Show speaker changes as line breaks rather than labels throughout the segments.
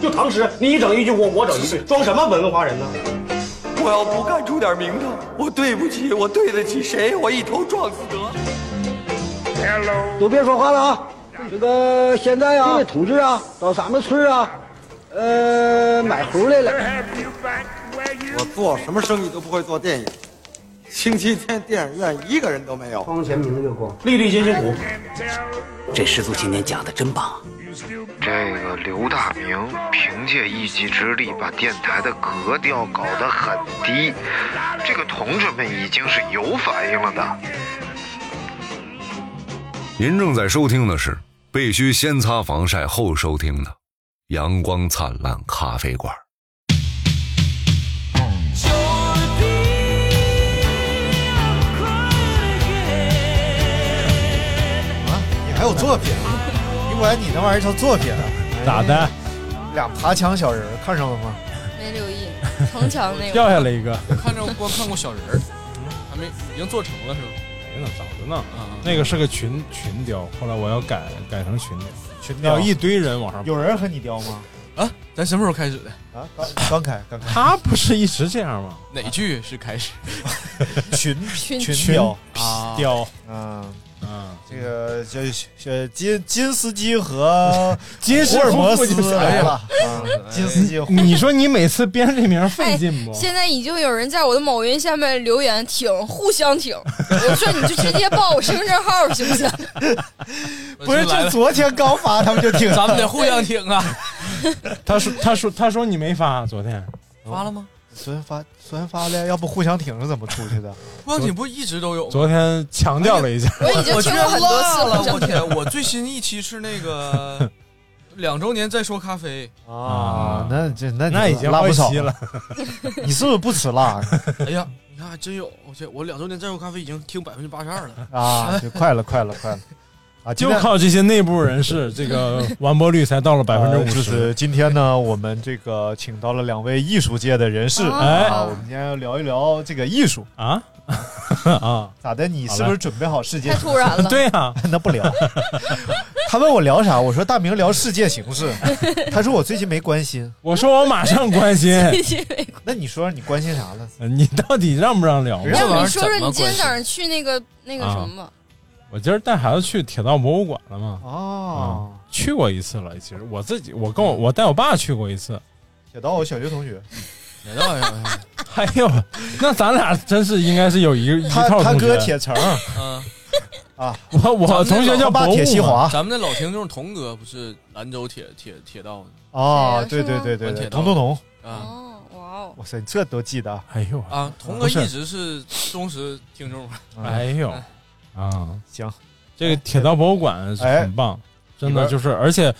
就唐诗，你一整一句，我我整一句，装什么文化人呢？
我要不干出点名堂，我对不起，我对得起谁？我一头撞死得了。
都别说话了啊！
嗯
这个现在啊，这位同志啊，到咱们村啊，呃，买猴来了。
我做什么生意都不会做电影，星期天电影院一个人都没有。
光前明月光，
粒粒皆辛苦，
这师祖今天讲的真棒啊！
这个刘大明凭借一己之力把电台的格调搞得很低，这个同志们已经是有反应了的。
您正在收听的是必须先擦防晒后收听的《阳光灿烂咖啡馆》。
你还有作品？你管你那玩意儿叫作品？啊
咋的？
俩爬墙小人儿看上了吗？
没留意，城墙 那个
掉下来一个，
看着光看过小人儿，还没已经做成了是吗？
真的早着呢。
啊，
那个是个群群雕，后来我要改改成群雕，
群
要
雕
一堆人往上爬。
有人和你雕吗？
啊，咱什么时候开始的？
啊，刚刚开刚开
他不是一直这样吗？
哪句是开始？
群
群
群雕
啊
雕，
啊，
嗯，
这个这这金金斯基 和
金
福尔摩斯来了，啊， 金斯基和
你说你每次编这名儿费劲不？
哎现在已经有人在我的某音下面留言挺互相挺，我说你就直接报我身份证号行不行？
不是，
来
就
了，
昨天刚发，他们就 挺
咱们得互相挺啊。
他说他说他说你没发昨天，
发了吗？
昨天发，昨天发了，要不互相挺是怎么出去的？
互相挺不一直都有吗？
昨天强调了一下，
我已经
我居
听
然
过很多次
落了，
真
我
的
天！我最新一期是那个两周年再说咖啡，
啊，那这那你
那已经
拉
好
不
几
少
期了。。
你是不是不吃 辣啊
哎呀，你看还真有，我去，我两周年再说咖啡已经听百分之八十二了。
啊？就快了，快了，快了啊！今
就
天
靠这些内部人士，这个完播率才到了百分之
呃
五
就
十。
是今天呢，我们这个请到了两位艺术界的人士
啊
哎
啊，
哦
我们今天要聊一聊这个艺术，
啊啊，
咋的？你是不是
好嘞
准备好世界
太？突然了。
对呀，
那不聊。 他问我聊啥，我说大明聊世界形 势。他说我最近没关心。
我说我马上关心
那你说你关心啥了？
你，到底让不让聊？
这
要
玩意
不
儿
你说说
怎么
你今
关
天
系
早上去那个那
啊
个什么吧？
我今儿带孩子去铁道博物馆了嘛，
哦，
去过一次了。其实我自己，我跟我我带我爸去过一次，
铁道我小学同学，
铁道呀，
还 有，那咱俩真是应该是有一一
他
套
他
同
哥
学。
铁 城，
嗯，
我我同学叫
他爸
博物
铁西
嘛，
华。
咱们的老听众童哥不是兰州铁铁铁道
哦，
谁
对对
啊是吗
对对
关
对，
铁
童童
道
童，
啊
哦，哇哦，
哇塞，你这都记得啊？
哎呦，
啊，童
不
哥
是
一直是忠实听众。
哎呦，啊，
行，
这个铁道博物馆是很棒，真
哎里
的
边
就是，而且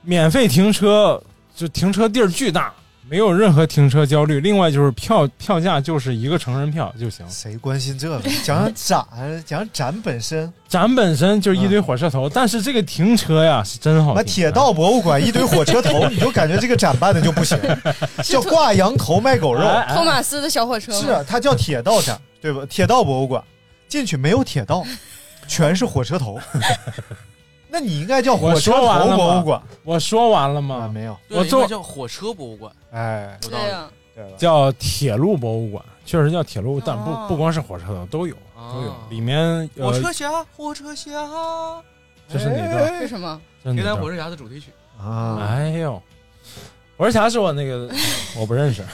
免费停车，就停车地儿巨大，没有任何停车焦虑。另外就是票票价就是一个成人票就行，
谁关心 这个？讲讲展，讲展本身。
展本身就是一堆火车头，但是这个停车呀是真好
嗯那
停。
铁道博物馆一堆火车头，你就感觉这个展办的就不 行，叫挂羊头卖狗肉。
哎哎
托马斯的小火车
是
吗
啊，它叫铁道展，对吧？铁道博物馆进去没有铁道，全是火车 头。那你应该叫火车头博物馆
我说完了吗？
啊？没有，
对
我
应
做
该叫火车博物馆，
哎，
有
对
道理
呀，
对了，
叫铁路博物馆，确实叫铁路，但不、
哦
不光是火车头都有都有
啊，
里面
火
呃
车侠，火车侠，
这是哪段？
哎
为什么？
这是
铁
哪
胆
段
火车侠的主题曲。
啊，
哎呦，火车侠是我 那个我不认识，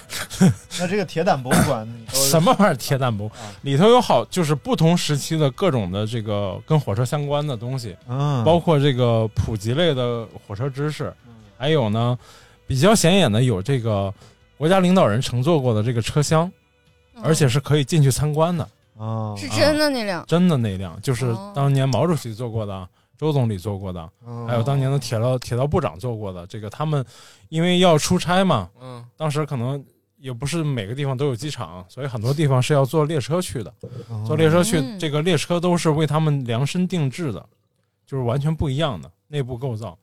那这个铁胆博物馆你都 啊
什么玩意儿铁蛋博，里头有好就是不同时期的各种的这个跟火车相关的东西，
嗯，
包括这个普及类的火车知识，还有呢比较显眼的有这个国家领导人乘坐过的这个车厢，
嗯
而且是可以进去参观的，
啊，
是真的那辆，
真的那辆就是
哦
当年毛主席坐过的。周总理坐过的，
嗯
还有当年的铁道铁道部长坐过的，这个他们因为要出差嘛，
嗯，
当时可能也不是每个地方都有机场，所以很多地方是要坐列车去的。坐列车去
嗯，
这个列车都是为他们量身定制的，就是完全不一样的内部构造。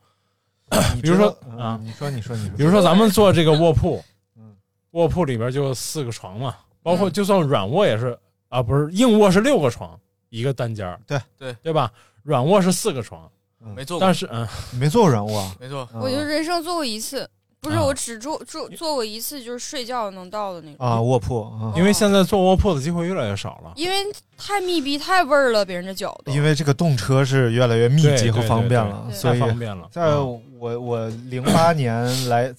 你
比如说
知道
啊
嗯你说你说你
比如说咱们坐这个卧铺
嗯，
卧铺里边就四个床嘛，包括就算软卧也是啊，不是硬卧是六个床一个单间儿
对
对
对吧？软卧是四个床，
没做过
但，是嗯，
哦你没坐过软卧啊？
没做
嗯
过。
我就人生坐过一次，不
啊
是，我只坐坐坐过一次，就是睡觉能到的那种
啊，
卧铺，嗯
因为现在坐卧铺的机会越来越少了。
因为太密闭太味儿了，别人的脚
因为这个动车是越来越密集和方便了
对对，对对
所以
太方便了
在我我零八年来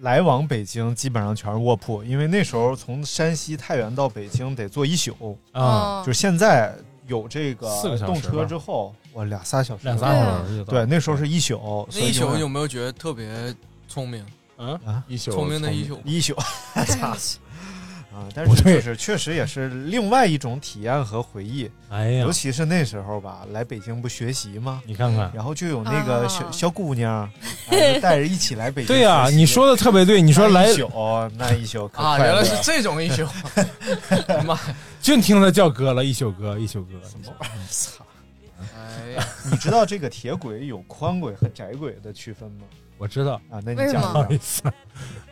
来往北京，基本上全是卧铺，因为那时候从山西太原到北京得坐一宿
啊
嗯
就是现在有这个
四个小时吧
动车之后，我俩仨小时，
两仨小时就到
对，那时候是一宿，
那一宿有没有觉得特别聪明？
嗯
一宿
聪明的一宿，
一宿，
操！
啊，但是就是确实也是另外一种体验和回忆。
哎呀
尤其是那时候吧，来北京不学习吗？
你看看
然后就有那个小、
啊
小姑娘， 哎就带着一起来北京。
对呀，你说的特别对，你说来
那一宿，那一宿可
啊，
快乐
原
了
来是这种一 宿，妈呀！
净听他叫哥了，一宿哥，一宿哥，什么玩
意操！
嗯
哎呀，
你知道这个铁轨有宽轨和窄轨的区分吗？
我知道
啊，那你
不
讲
好意
一讲。
思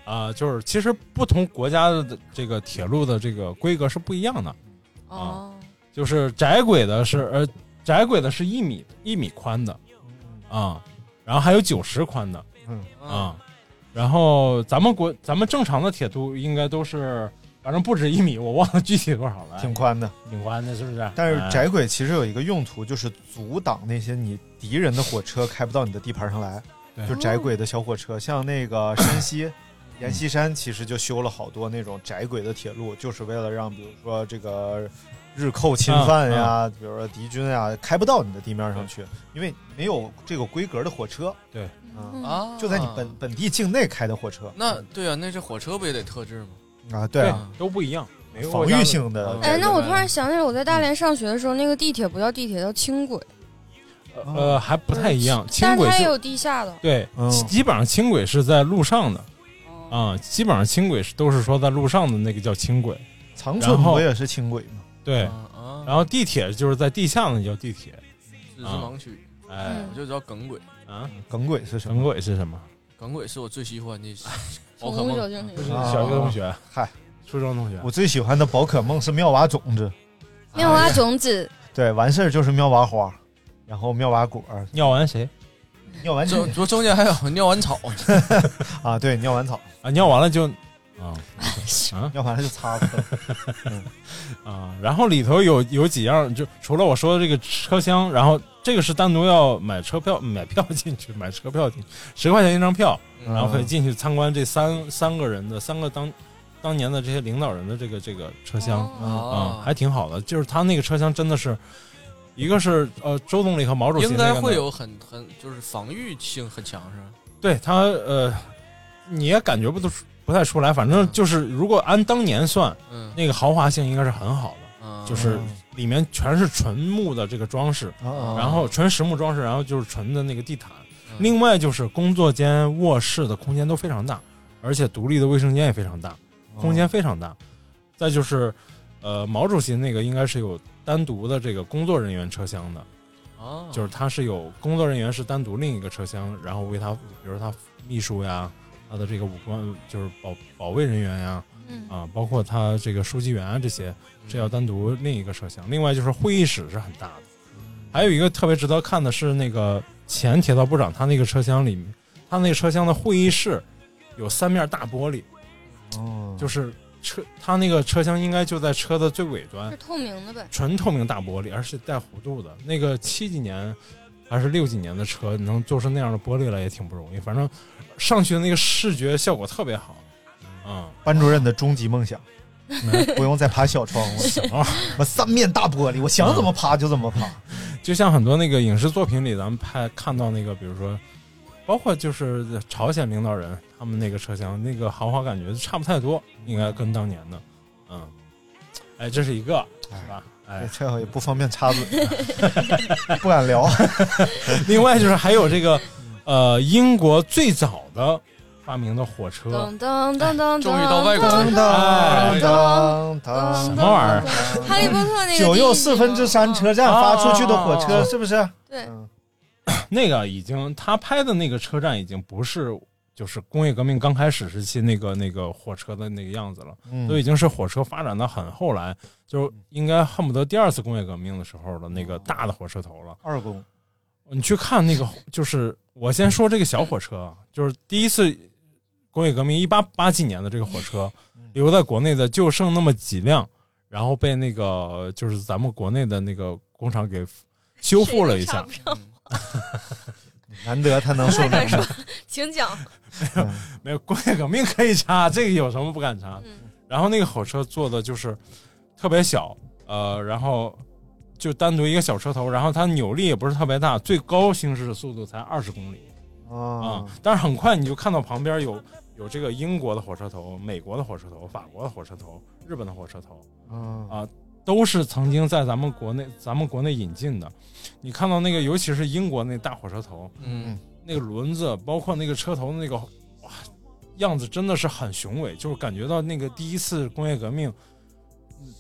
啊，就是其实不同国家的这个铁路的这个规格是不一样的，
哦，
就是窄轨的是呃窄轨的是一米一米宽的啊，然后还有九十宽的，
嗯
啊，然后咱们国咱们正常的铁路应该都是反正不止一米，我忘了具体多少了，
挺宽的，
挺宽的，是不是？
但
哎
是窄轨其实有一个用途，就是阻挡那些你敌人的火车开不到你的地盘上来
对，
就窄轨的小火车，像那 个山西。阎锡山其实就修了好多那种窄轨的铁路，就是为了让比如说这个日寇侵犯呀，
嗯
比如说敌军呀，开不到你的地面上去，因为没有这个规格的火车。
对，
嗯、
啊
就在你本本地境内开的火车
那对啊，那这火车不也得特制吗？
啊，对啊，
都不一样，没有
防御性的
哎，那我突然想起来，我在大连上学的时候，那个地铁不叫地铁，叫轻轨，
呃还不太一样，轻
但
轨
它
是
也有地下的。
对，
嗯
基本上轻轨是在路上的，啊、基本上轻轨是都是说在路上的那个叫轻轨。
长
然
春
后
不也是轻轨吗？
对，
啊
然后地铁就是在地下那叫地铁，
只是盲区。
哎
我就知道耿鬼
啊，
耿鬼是什
么？耿鬼是什么？
耿鬼是我最喜欢的
啊
宝
宠
可
物小精
梦，
灵
不是小学同学，
啊嗨，
初中同学。
我最喜欢的宝可梦是妙蛙种子，
妙蛙种子，
对，完事儿就是妙蛙花，然后妙蛙果，
尿完谁？
尿完
中中中间还有尿完草，
啊，对，尿完草
啊，尿完了就啊
尿完了就擦擦。
啊，然后里头有有几样，就除了我说的这个车厢，然后这个是单独要买车票、买票进去，买车票进去，十块钱一张票，
嗯
然后可以进去参观这三三个人的三个当当年的这些领导人的这个这个车厢啊、
嗯
哦
还挺好的。就是他那个车厢真的是，一个是呃周总理和毛主席
应该
那个
会
呢
有很很就是防御性很强是吧？
对他呃，你也感觉不都不太出来，反正就是如果按当年算，
嗯
那个豪华性应该是很好的，
嗯
就是里面全是纯木的这个装饰，
嗯啊
哦
然后纯实木装饰，然后就是纯的那个地毯，
嗯
另外就是工作间、卧室的空间都非常大，而且独立的卫生间也非常大，空间非常大。再就是，呃，毛主席那个应该是有单独的这个工作人员车厢的，
啊，
就是他是有工作人员是单独另一个车厢，然后为他，比如他秘书呀，他的这个武官就是保保卫人员呀，
嗯
啊，包括他这个书记员啊这些是要单独另一个车厢。另外就是会议室是很大的，还有一个特别值得看的是那个前铁道部长他那个车厢里面，他那个车厢的会议室有三面大玻璃，
哦，
就是车他那个车厢应该就在车的最尾端
是，透明的呗。
纯透明大玻璃，而是带弧度的。那个七几年还是六几年的车，能做出那样的玻璃来也挺不容易。反正上去的那个视觉效果特别好，嗯，
班主任的终极梦想， 不用再爬小窗 户
什么玩意儿，
我三面大玻璃，我想怎么爬就怎么爬。
就像很多那个影视作品里，咱们拍看到那个，比如说，包括就是朝鲜领导人他们那个车厢，那个豪华感觉差不太多，应该跟当年的，嗯，哎，这是一个是吧？哎，
这样也不方便插嘴， 不敢聊。
另外就是还有这个，呃，英国最早的发明的火车，
噔噔噔噔，
终于到外国
噔
了
噔
哎
当当
什么玩意儿？
哈利波特那个
九
地
又
址
四分之三车站发出去的火车是不是？
对，
那个已经他拍的那个车站已经不是就是工业革命刚开始时期那个那个火车的那个样子了，
嗯
都已经是火车发展到很后来，就应该恨不得第二次工业革命的时候的那个大的火车头了。
二公
你去看那个，就是我先说这个小火车啊，就是第一次工业革命一八八几年的这个火车，留在国内的就剩那么几辆，然后被那个就是咱们国内的那个工厂给修复了一下。
难得他能
还敢说，请讲。
没有工业革命可以插，这个有什么不敢插？然后那个火车做的就是特别小，呃，然后就单独一个小车头，然后它扭力也不是特别大，最高行驶速度才二十公里啊、
啊，
但是很快你就看到旁边有有这个英国的火车头、美国的火车头、法国的火车头、日本的火车头，
嗯
啊，都是曾经在咱们国内咱们国内引进的。你看到那个，尤其是英国那大火车头，
嗯，
那个轮子，包括那个车头那个哇样子，真的是很雄伟，就是感觉到那个第一次工业革命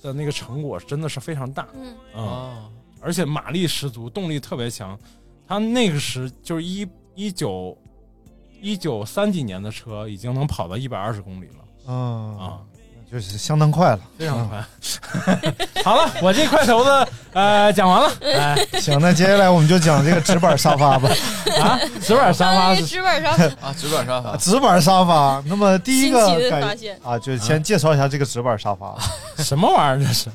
的那个成果真的是非常大，
嗯
啊，而且马力十足，动力特别强。它那个时就是一一九一九三几年的车，已经能跑到一百二十公里了。
嗯
啊，
就是相当快了，
非常快。 好了，我这块头子呃讲完了，哎，
行，那接下来我们就讲这个直板沙 发吧。
啊，直板沙发
关于
是
纸板上，
啊，直板沙发，
直板沙发，那么第一
新奇
个
的
感
发现
啊，就先介绍一下这个直板沙发，
什么玩意儿这是？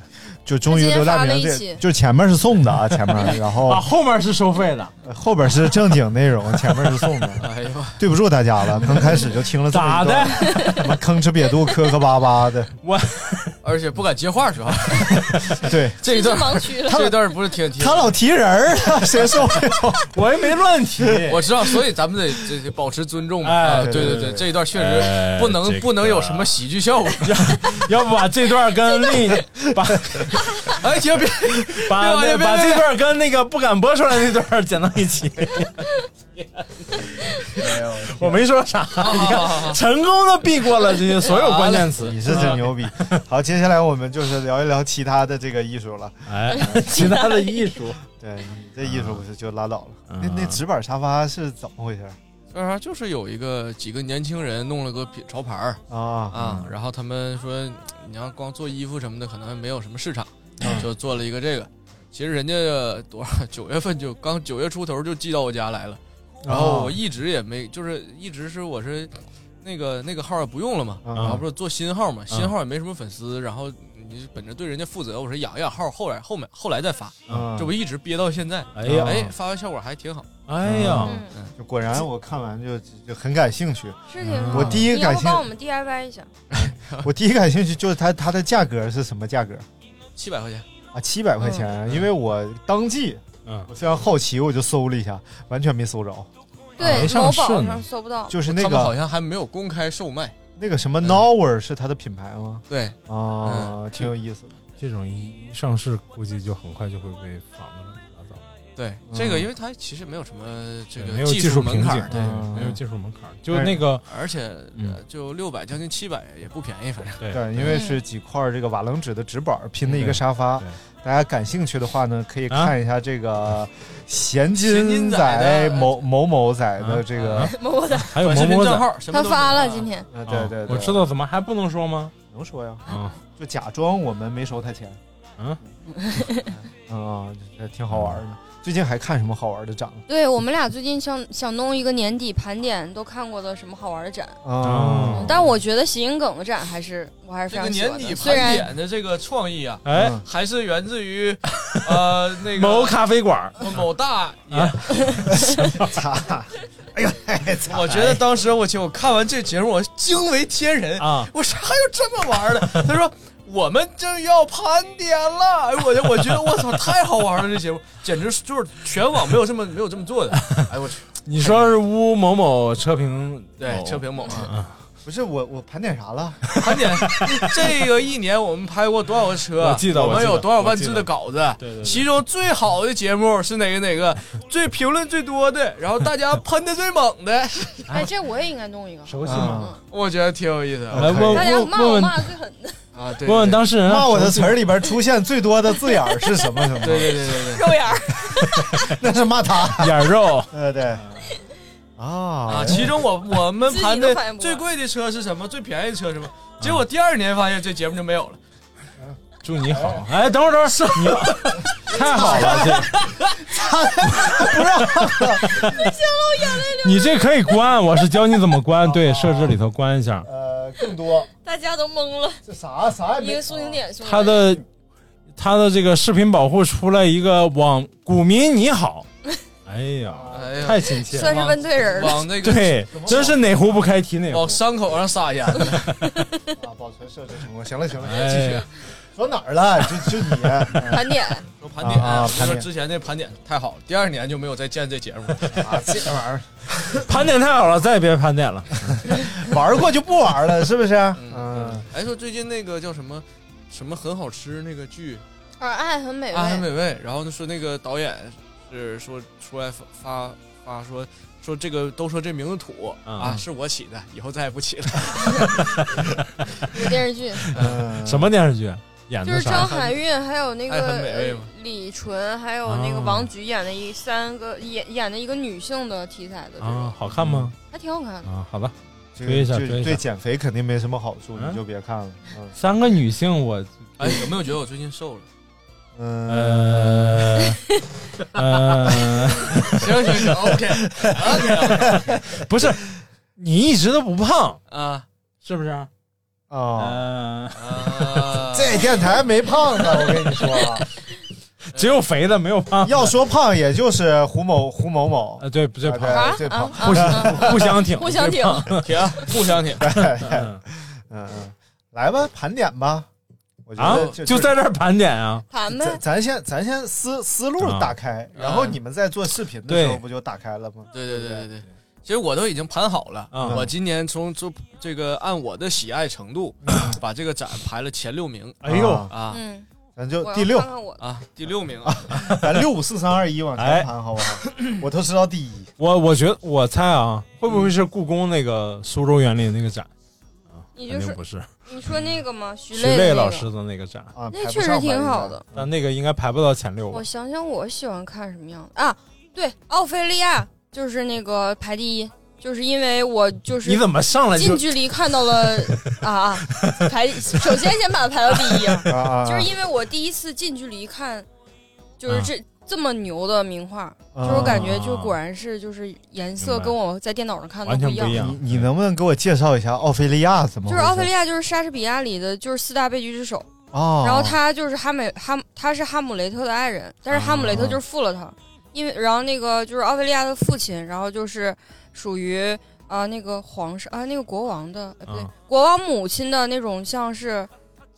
就终于刘大明
他今天发了一
这
期
就前面是送的啊，前面，然后
啊，后面是收费的，
后边是正经内容，前面是送的。
哎呦，
对不住大家了，刚开始就听了这么一段
咋
什么吭哧瘪肚、磕磕巴巴的，
我
而且不敢接话是 吧？
对
这一段
这是盲区了
这一段不是挺 挺
他老提人儿，啊谁受不了？
我也没乱提。
我知道，所以咱们得这这保持尊重嘛。
哎
啊
对
对
对
对，
对
这一段确
哎
实不能
这个
不能有什么喜剧效果。
要不把这段跟另把
哎，行， 别
把
别别别
把这段跟那个不敢播出来那段剪到一起。我没说啥，你看，成功的避过了这些所有关键词
你。是真牛逼。好，接下来我们就是聊一聊其他的这个艺术了。
哎，其他的艺术，
对你这艺术不是就拉倒了？
嗯
那那直板沙发是怎么回事
说啥？就是有一个几个年轻人弄了个品潮牌儿
啊？
啊，然后他们说，你要光做衣服什么的，可能没有什么市场，
嗯
就做了一个这个。其实人家多少 九月份就刚九月出头就寄到我家来了，
啊
然后我一直也没，就是一直是我是那个那个号也不用了嘛，
嗯
然后不是做新号嘛，新号也没什么粉丝，然后你本着对人家负责，我是养一养号，后来后面后来再发，
啊
这不一直憋到现在，
哎呀
哎，发完效果还挺好，
哎呀，
嗯，
就果然我看完就就很感兴趣。
是挺好。
我第一
你要
感
不
兴
帮我们 DIY 一下？
我第一感兴趣就是它它的价格是什么价格
七百块钱，
啊？七百块钱，因为我当即
嗯
我非常好奇，我就搜了一下，完全没搜着，
对
没，上
某
市
宝
呢
上搜不到。
就是那
他们好
个
像还没有公开售卖，
那个什么 Nowhere 是它的品牌吗？
对，
啊，挺有意思的。
这种一上市估计就很快就会被仿的打造。
对，
嗯
这个因为它其实没有什么这
没
个
有技
术
术
门
瓶
槛
颈
儿，，对，
嗯
没有技术门槛儿，就
哎
那个
而且
嗯
呃就六百将近七百也不便宜， 反正
对
对，因为是几块这个瓦楞纸的纸板拼的一个沙发
对，
大家感兴趣的话呢，可以
啊
看一下这个闲
闲
金
金仔
仔
的
某某某仔的
啊
这个，
啊
某宝的，
还有
短
某
视频
某
账
仔，
号什么都
他
有
发了
啊
今天，
啊对对，对
我知，道，怎么还不能说吗？
能说呀，
啊，
就假装我们没收他钱，
嗯
啊，这挺好玩的。最近还看什么好玩的展了
对我们俩最近想想弄一个年底盘点都看过的什么好玩的展，
啊
哦？
但我觉得谐音梗的展还是我还是非
这个
常喜
年
欢
底
的。虽
盘
然
点啊的这个创意啊，
哎，
嗯
还是源自于 呃那个
某啊咖啡馆儿，
某大爷。
擦，哎呦，哎擦
我觉得当时我去，我看完这节目，我惊为天人
啊！
我说还有这么玩儿的？他说。我们正要盘点了，哎我就我觉得我操太好玩了，这节目简直就是全网没有这么没有这么做的。哎我去，
你说是乌某某车评
对
某
车评猛啊！
不是我，我盘点啥了？
盘点这个一年我们拍过多少个车？
我记得
我们
我记得
有多少万字的稿子？
对对对
其中最好的节目是哪个哪个？最评论最多的，然后大家喷的最猛的，
哎，这我也应该弄一个。
熟悉
嗯
吗？
我觉得挺有意思的
来问
大家
问
骂
问
我
问
骂得最狠的，
啊！对，
嗯问问当事人啊，
骂我的
熟悉
词儿里边出现最多的字眼儿是什么？什 么？
对对对对对
肉 眼儿。
那是骂他。
眼肉，
对对，啊
嗯
啊！其中我我们盘的
自己都反应不过
嗯
最贵的车是什么？最便宜的车是什么？结果第二年发现这节目就没有了。
祝你好。哎，等会儿等会儿，你要太好了，这你这可以关，我是教你怎么关，对，设置里头关一下。
呃，更多
大家都懵了，
这啥啥也没
一个苏宁点送
它的它的这个视频保护出来一个网股民你好，哎呀，太亲切了，
算是问对人了。
往那个
对，真是哪壶不开提哪壶。
往伤口上撒盐了。
啊，保存设置成功。行了行了，
哎
继续
呀。
说哪儿了？就就你啊
盘点，
说盘点，
啊啊
就
盘
说
点
之前那盘点太好了，第二年就没有再见这节目了。
啊，这玩意儿
盘点太好了，再也别盘点了。
玩过就不玩了，是不是？嗯，
哎，说最近那个叫什么什么很好吃那个剧
啊，爱很美
《
味，
爱很美味》，然后就说那个导演是说出来发发发说。说这个都说这名字土、
嗯
啊，是我起的，以后再也不起了。
有电视剧，
嗯
嗯
什么电视剧演
就
的
是
啥？
张含韵，还有那
爱很美味
个
嘛
李纯，还有那个
啊
王菊演的一三个演演的一个女性的题材的，
啊，好看吗？
还挺好看的。
啊，好吧，
这
追一下
个就
追一下
对减肥肯定没什么好处，
嗯
你就别看了。嗯
三个女性我
哎，有没有觉得我最近瘦了？
嗯
嗯
呃呃，
行行行，OK OK
不是你一直都不胖，
啊
是不是？
啊，
嗯，
啊！
这电台没胖子，我跟你说啊，
只有肥的没有胖。
要说胖也就是胡某胡某某，
呃，对，不对，
啊
胖
对
啊
这
啊
胖
互
啊！啊
相互相挺，
互相挺
对胖
停，互相挺。
嗯
嗯，嗯，来吧，盘点吧，我觉
啊
得，
就在这儿盘点啊。
盘
咱
呗，
咱先咱先思思路打开，然后你们在做视频的时候不就打开了吗？
对对对对对，其实我都已经盘好了。
嗯
我今年从这这个按我的喜爱程度，把这个展排了前六名
哎呦，
啊
嗯啊
嗯，
咱
我
就
要
第六
看，看我
啊，第六名啊，
咱六五四三二一往前盘，好不好？我都知道第一，
我我觉得我猜啊，会不会是故宫那个苏州园林那个展？
你就
肯定
是
不是，
你说那个吗？徐
徐
的那
磊
个
老师的那个展，
啊，
那
排
确
不
实
上
挺好的。。
但那个应该排不到前六吧
我？想想，我喜欢看什么样的啊？对，奥菲利亚就是那个排第一，就是因为我就是
你怎么上来
近
就
距离看到 了啊啊！排首先先把它排到第一
排
啊，
不上啊啊，
就是因为我第一次近距离看，
啊
就是这、这么牛的名画，就是我
啊
感觉就果然是就是颜色
明白
跟我在电脑上看的
完全
一
不
样
一。样？
你你能不能给我介绍一下奥菲利亚怎么
就
回
是
事？
奥菲利亚，就是莎士比亚里的，就是四大悲剧之首。
哦，
然后他就是哈美哈，他是哈姆雷特的爱人，但是哈姆雷
啊
特就是负了他，因为然后那个就是奥菲利亚的父亲，然后就是属于啊、那个皇上啊、那个国王的，呃、不对，
啊
国王母亲的那种像是，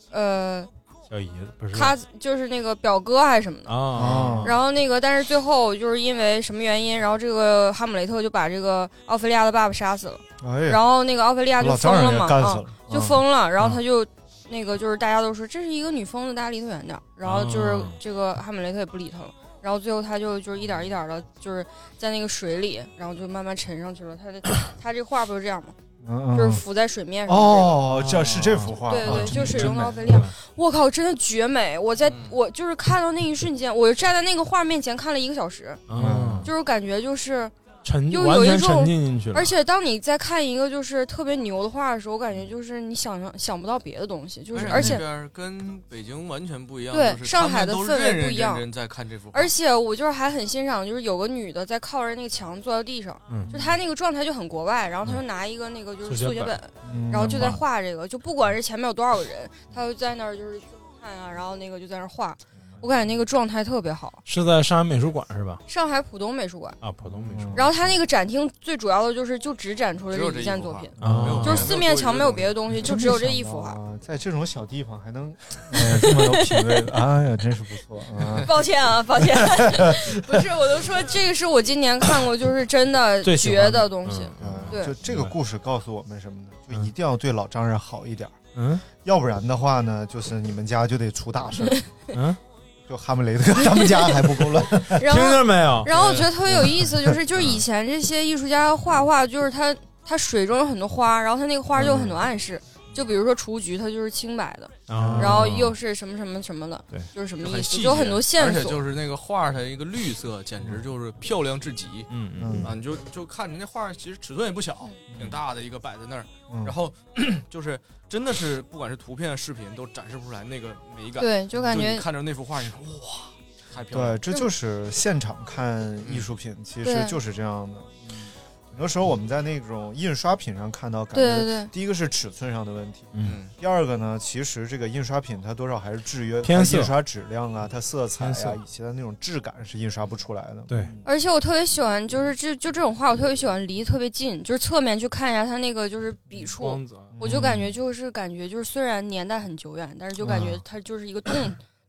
呃，
小姨子不是
他就是那个表哥还是什么的。
啊
哦
然后那个，但是最后就是因为什么原因，然后这个哈姆雷特就把这个奥菲利亚的爸爸杀死了，
哎呀
然后那个奥菲利亚就
老
疯
丈
了
人给
嘛，
干
啊
死，了，
就
嗯
疯了，然后
啊
他就、那个就是大家都说这是一个女疯子，大家离她远点儿。然后就是
嗯
啊
这个哈姆雷特也不理他了，然后最后他就就是一点儿一点的，就是在那个水里，然后就慢慢沉上去了。 他的他这画不是这样吗？
嗯
就是
嗯
浮在水面上。
哦，这是这幅画，
对对
啊
就水中的奥菲利
对
亚，我靠，真的绝美！我在、
嗯
我就是看到那一瞬间，我站在那个画面前看了一个小时，
嗯
啊，
就是感觉就是，
沉
又
完
有一
全沉
种
浸进
啊
去了，
而且当你在看一个就是特别牛的画的时候，我感觉就是你想象想不到别的东西，就是而且
哎那边跟北京完全不一样，
对
就是
上海的
他们
氛
都
围
认认
不一样
真真在看这幅画，
而且我就是还很欣赏，就是有个女的在靠着那个墙坐到地上，
嗯
就她那个状态就很国外，然后她就拿一个那个就是
速写
速写
本
本，
嗯
然后就在画这个，就不管是前面有多少个人，她就在那儿就是看啊，然后那个就在那儿画，
嗯
我感觉那个状态特别好。
是在上海美术馆是吧？
上海浦东美术馆，
啊，浦东美术
嗯
馆
然后它那个展厅最主要的就是就只展出了
只有
一
这
件
一幅
作
画嗯
品，
啊
没有
就
别
是
的
四
东
面
西
墙没有别的
东
东西，
嗯
就只有这一幅画。
啊，在这种小地方还能
哦
哎这么有品味的，哎呀，真是不错啊！
抱歉啊，抱 歉，不是，我都说这个是我今年看过就是真的
最喜欢
绝的东西。
嗯，
对
就这个故事告诉我们什么呢？就一定要对老丈人好一点儿，
嗯
要不然的话呢，就是你们家就得出大事儿。
嗯，
就哈姆雷特他们家还不够 乱，
然
听
后
见没有？
然后我觉得特别有意思，就是就是以前
嗯
这些艺术家画画，就是他他水中有很多花，然后他那个花就有很多暗示，就比如说雏菊，它就是清白的，
哦
啊
然后又是什么什么什么的，
对
就是什么
很
意思，
细节
就有很多线
而且
索。
就是那个画儿它一个绿色，简直就是漂亮至极。
嗯
嗯啊，你就就看人家画，其实尺寸也不小，
嗯
挺大的一个摆在那儿，
嗯
然后 就是真的是不管是图片、视频都展示不出来那个美感。
对就感觉
你看着那幅画，你说哇，太漂亮
对
嗯
了。，
这就是现场看艺术
嗯
品，其实
对
就是这样的。很多时候我们在那种印刷品上看到，感
对对
觉
对
第一个是尺寸上的问题，
嗯，
第二个呢，其实这个印刷品它多少还是制约
偏
它
色嗯
印刷质量啊，它色彩
偏色
啊，以及它那种质感是印刷不出来的。
对，
而且我特别喜欢，就是这就这种画，我特别喜欢离特别近，就是侧面去看一下它那个就是笔触
光泽，
我就感觉就是感觉就是虽然年代很久远，但是就感觉它就是一个动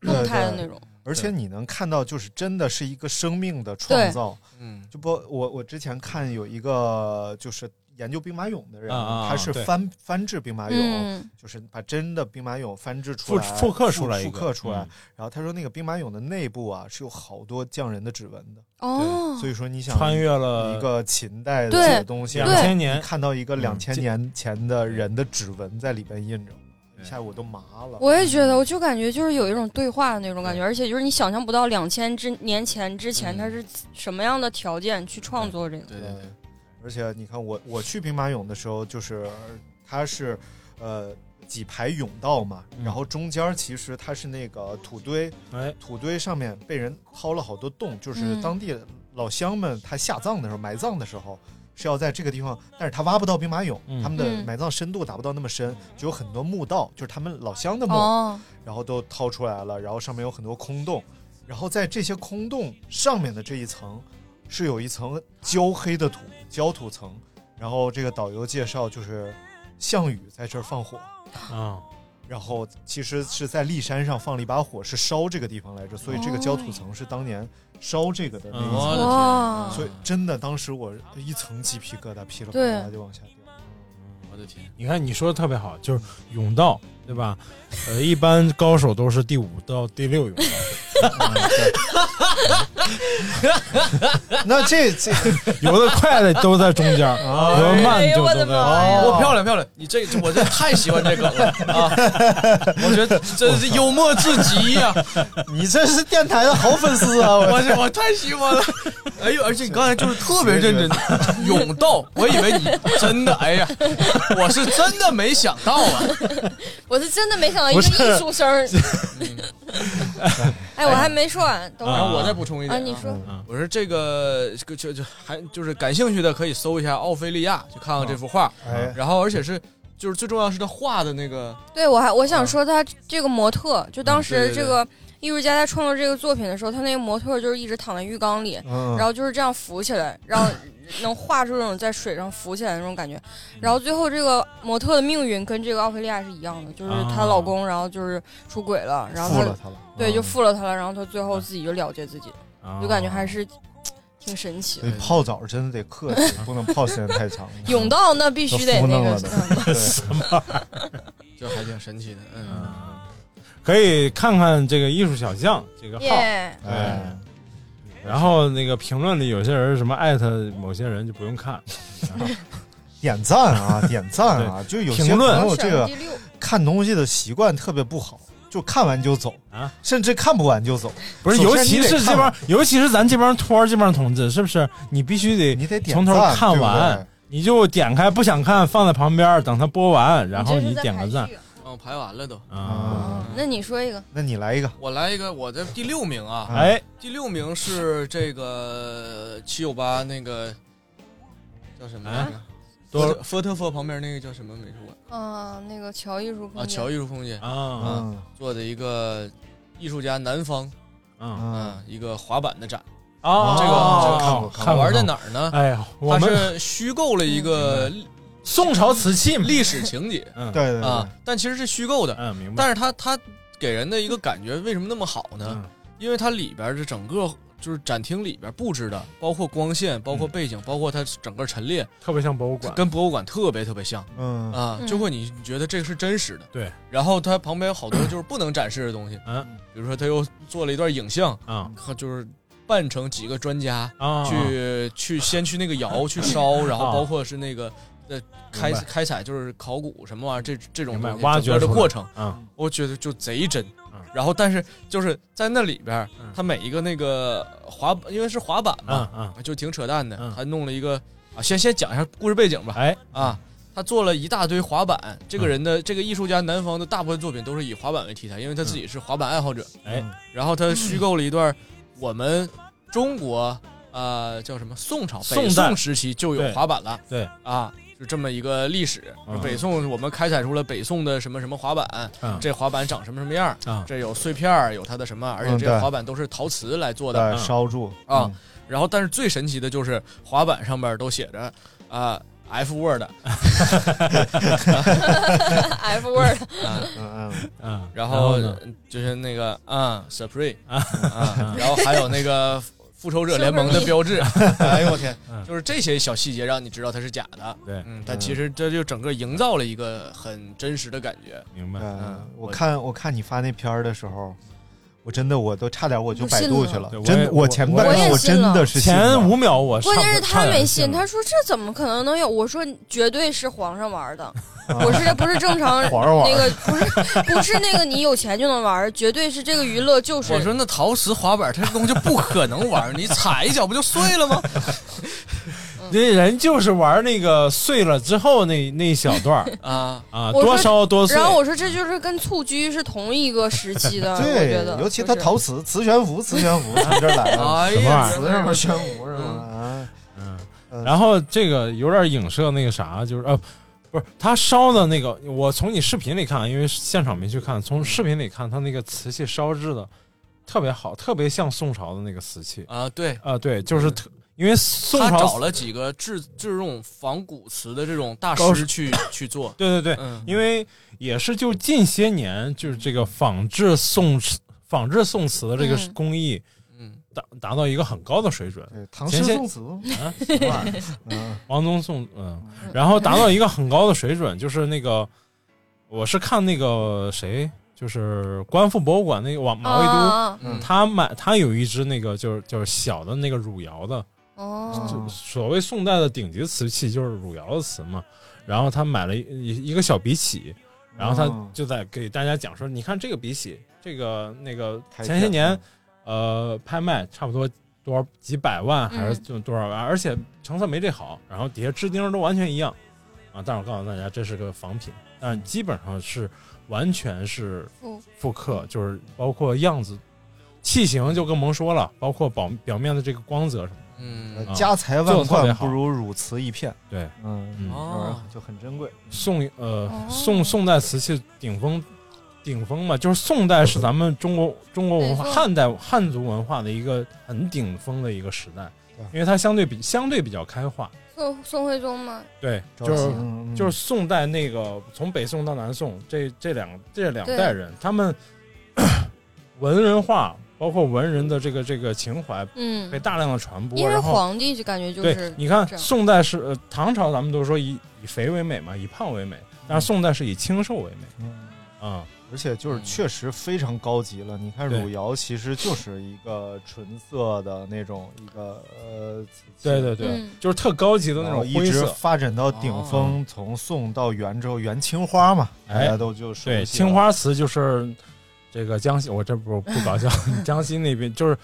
对
动态的
对
那种。
而且你能看到，就是真的是一个生命的
对
创造。
嗯，
就包我我之前看有一个就是研究兵马俑的人，
啊啊啊
他是
对
翻翻制兵马俑，
嗯
就是把真的兵马俑翻制出来，
复复刻出来一
复
个
复刻出来。
嗯
然后他说那个兵马俑的内部啊是有好多匠人的指纹的。
哦
所以说你想
穿越了
一个秦代的
对
这个东西，
2000
然后
年
你看到一个
嗯
两千
这
年前的人的指纹在里边印着，一下我都麻了。
我也觉得，我就感觉就是有一种对话的那种感觉，而且就是你想象不到两千之年前之前它是什么样的条件去创作这个。
对对对。
嗯而且你看我，我去兵马俑的时候，就是它是呃几排甬道嘛，
嗯
然后中间儿其实它是那个土堆，
哎
土堆上面被人掏了好多洞，就是
嗯
当地老乡们他下葬的时候、埋葬的时候。是要在这个地方，但是他挖不到兵马俑，
嗯
他们的
嗯
埋葬深度达不到那么深，就有很多墓道，就是他们老乡的墓，
哦
然后都掏出来了，然后上面有很多空洞，然后在这些空洞上面的这一层是有一层焦黑的土，焦土层。然后这个导游介绍就是项羽在这儿放火，
啊，
然后其实是在骊山上放了一把火，是烧这个地方来着，所以这个焦土层是当年烧这个嗯的那一
哦
我
层。
的天哇
所以真的，当时我一层鸡皮疙瘩噼里啪
对
啦就往下掉。
我的天！
你看你说的特别好，就是甬道，对吧？呃，一般高手都是第五到第六 甬道，
那这这
有的快的都在中 间，
哎
有的
哎
慢就都在。
哦
我漂亮漂亮，你这我这太喜欢这梗 了啊！我觉得真是幽默至极呀、
你这是电台的好粉丝啊！
我这我太喜欢了。哎呦，而且你刚才就是特别认真， 甬道，我以为你真的，哎呀，我是真的没想到啊！
我是真的没想到一
不
个
是
艺术生儿。哎，我还没说完，等会
然
儿
后我再补充一点、
啊你说，
我说这个这个就就还就是感兴趣的可以搜一下奥菲利亚，去看看这幅画。
哎
然后而且是就是最重要是他画的那个，
对我还我想说他这个模特，就当
嗯对
时
对对
这个艺术家在创作这个作品的时候，他那个模特就是一直躺在浴缸里，
嗯
然后就是这样浮起来，然后能画出这种在水上浮起来的那种感觉。然后最后这个模特的命运跟这个奥菲利亚是一样的，就是她
啊
老公然后就是出轨了，然后
负
她
了她了
对，就负了她了，然后她最后自己就了结自己，
啊
就感觉还是挺神奇
所
的
以。泡澡真的得克 制，不能泡时间太长了。
甬道那必须得
都敷
那
弄
个
了 的
嗯
什
么玩
就还挺神奇的，嗯
可以看看这个艺术小象这个号，
耶
哎，然后那个评论里有些人什么艾特某些人就不用看，
点赞 啊，点赞啊，
对
就有些
评论
朋友这个
第六
看东西的习惯特别不好，就看完就走
啊，
甚至看不完就走。
不是，
首
尤
先
其
你得
是这
看
帮，尤其是咱这帮托儿这帮同志，是不是？你必须得你得
点
从头
赞
看
对不
完，
对
你就点开不想看放在旁边儿，等它播完，然后你点个赞
哦，排完了都。
啊。
嗯那你说一个，
那你来一个，
我来一个，我的第六名啊，
哎，
第六名是这个七九八那个叫什么来着？
啊多
佛特佛特佛旁边那个叫什么美术馆
嗯，那个乔艺术空间
啊？乔艺术空间啊
嗯，
做的一个艺术家南方啊
嗯，
一个滑板的展
啊
这个
哦
这个
看过
好玩在
看过
哪儿呢？
哎呀我们嗯
它是虚构了一个
宋朝瓷器
历史情节，
嗯
对对对
啊，但其实是虚构的，
嗯，嗯明白。
但是它它给人的一个感觉为什么那么好呢？因为它里边儿这整个就是展厅里边儿布置的，包括光线，包括背景，包括它整个陈列，
特别像博物嗯馆
跟博物馆特别特别像。
嗯
啊，就会你你觉得这个是真实的，
对。
然后它旁边有好多就是不能展示的东西，
嗯，
比如说他又做了一段影像，
啊，
就是扮成几个专家
啊
去去先去那个窑去烧，然后
啊
包括是那个的开
明白
开采就是考古什么玩意儿这这种
明白
东西
挖
整
掘
个的
出来
过程，
嗯，
我觉得就贼真。然后，但是就是在那里边儿，
嗯
他每一个那个滑，因为是滑
啊
板嘛，
嗯
啊就挺扯淡的。他弄了一个啊，先先讲一下故事背景吧。
哎嗯
啊，他做了一大堆滑板。这个人的、这个艺术家，南方的大部分作品都是以滑板为题材，因为他自己是滑板爱好者。
哎，
然后他虚构了一段我们中国呃叫什么宋朝北
宋代
宋时期就有
对
滑板了。
对
啊，就这么一个历史。
嗯
北宋我们开采出了北宋的什么什么滑板，
嗯
这滑板长什么什么样儿，
嗯
这有碎片儿，有它的什么，而且
嗯
这个
对
滑板都是陶瓷来做的，
嗯
对，烧住
啊。然后，但是最神奇的就是滑板上边都写着啊。F word，
F word
啊
嗯
嗯
然
然
后
后呢
就是那个啊，Supreme
啊
啊，然后还有那个复仇者联盟的标志
Super，Me
哎呦我天
嗯，
就是这些小细节让你知道它是假的，
对
嗯，但其实这就整个营造了一个很真实的感觉，
明白
嗯，
我看我看你发那片儿的时候，我真的我都差点我就百度去了
对，我
真
也
的我前半
我也
段我
信
真
了
的是信了
前五秒我
关键是他没信，
差点
他说这怎么可能能有？我说绝对是皇上玩 的，我说这不是 正常
皇上玩
那个不是不是那个你有钱就能玩，绝对是这个娱乐就是。
我说那陶瓷滑板它这东西不可能玩，你踩一脚不就碎了吗？
人人就是玩那个碎了之后那那一小段 儿
啊
啊，
我说
多烧多碎
然。后我说这就是跟蹴鞠是同一个时期的，我觉得
对，尤其他陶瓷磁悬浮，磁悬浮从这儿 来
哎
的，
呀
磁上面悬浮是啊吗？嗯
然后这个有点影射那个啥，就是呃，不是他烧的那个，我从你视频里看，因为现场没去看，从视频里看他那个瓷器烧制的特别好，特别像宋朝的那个瓷器
啊对
啊，对，就是特因为宋
他
朝
找了几个制就是这种仿古瓷的这种大
高手
师 去去做，
对对对，
嗯
因为也是就近些年，就是这个仿制宋瓷仿制宋瓷的这个
嗯
工艺，
嗯，
达达到一个很高的水准。
哎唐
前
诗
些
宋词
啊，
什么玩意儿嗯
王宗宋，嗯，然后达到一个很高的水准，就是那个，我是看那个谁，就是观复博物馆那个王马未都，
啊
嗯
他买他有一只那个就是就是小的那个汝窑的，
啊
哦，
所谓宋代的顶级瓷器就是汝窑的瓷嘛，然后他买了一一一个小笔起，然后他
哦
就在给大家讲说，你看这个笔起，这个那个
开
前些
价
年，呃，拍卖差不多多少几百万还是
嗯
就多少万，而且成色没这好，然后底下支钉都完全一样啊。但是我告诉大家，这是个仿品，但是基本上是完全是
复
复刻，就是包括样子。器型就更甭说了，包括表表面的这个光泽什么的，
嗯
啊
家财
做
万
得特别
贯
好
不如汝瓷一片，
对，
嗯，
哦
就很珍贵。
宋呃、
哦
宋宋代瓷器顶峰顶峰嘛，就是宋代是咱们中国中国文化
没错
汉代汉族文化的一个很顶峰的一个时代，因为它相对比相对比较开化，
宋宋徽宗吗？
对，
着
就是、
急嗯嗯
就是宋代那个从北宋到南宋这这两这两
对
代人，他们 文人化包括文人的这个这个情怀，
嗯
被大量的传播，
因为
然后
皇帝就感觉就是这
对
样，
你看宋代是、呃、唐朝，咱们都说以以肥为美嘛，以胖为美，但是宋代是以清瘦为美。
嗯
啊，
而且就是确实非常高级了。你看
对
汝窑其实就是一个纯色的那种一个呃，瓷器
对对对嗯就是特高级的那
然
种
后一
灰
直
色哦
发展到顶峰，从宋到元之后，元青花嘛，大
哎，
家都就熟悉了
对青花瓷就是这个江西， 我这不不搞笑，江西那边就是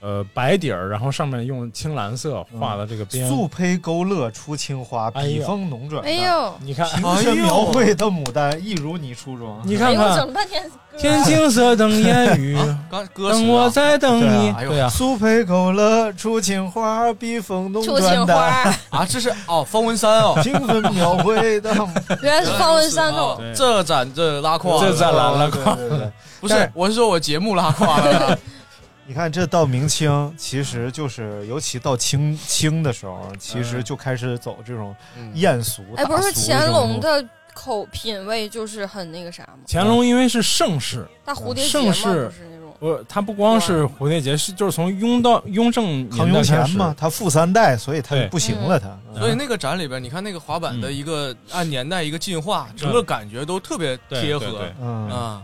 呃白底儿，然后上面用青蓝色画的这个边，
素胚勾勒出青花，
哎呦
笔锋浓转淡。
哎呦你看
平
哎
生
呦
描绘的牡丹，一如你初啊妆。
你
哎
看看，天青色等烟雨，
啊
等我再等你，对啊哎呀，
苏培勾勒出青花，笔锋浓
出
转
青
淡。
花，
啊，这是哦，方文山哦，
精分描绘 的
原来是方文山
哦
哦，
这展这拉胯了，
这展拉拉胯
对对对不
但
是
是，
我是说我节目拉胯 了，
你看，这到明清，其实就是尤其到清清的时候，其实就开始走这种艳俗。
哎，不是
大
说
俗
乾
这种
隆的口品味就是很那个啥吗？
乾隆因为是盛世，
大蝴蝶结嘛
盛世
不是那种
不，他不光是蝴蝶结，是就是从雍到雍正
康
年代
雍
开
乾
始
嘛，他富三代，所以他就
对
不行
嗯
了，他。嗯
嗯
所以那个展里边，你看那个滑板的一个按年代一个进化，整个感觉都特别贴
嗯对对
合
对，
嗯
啊，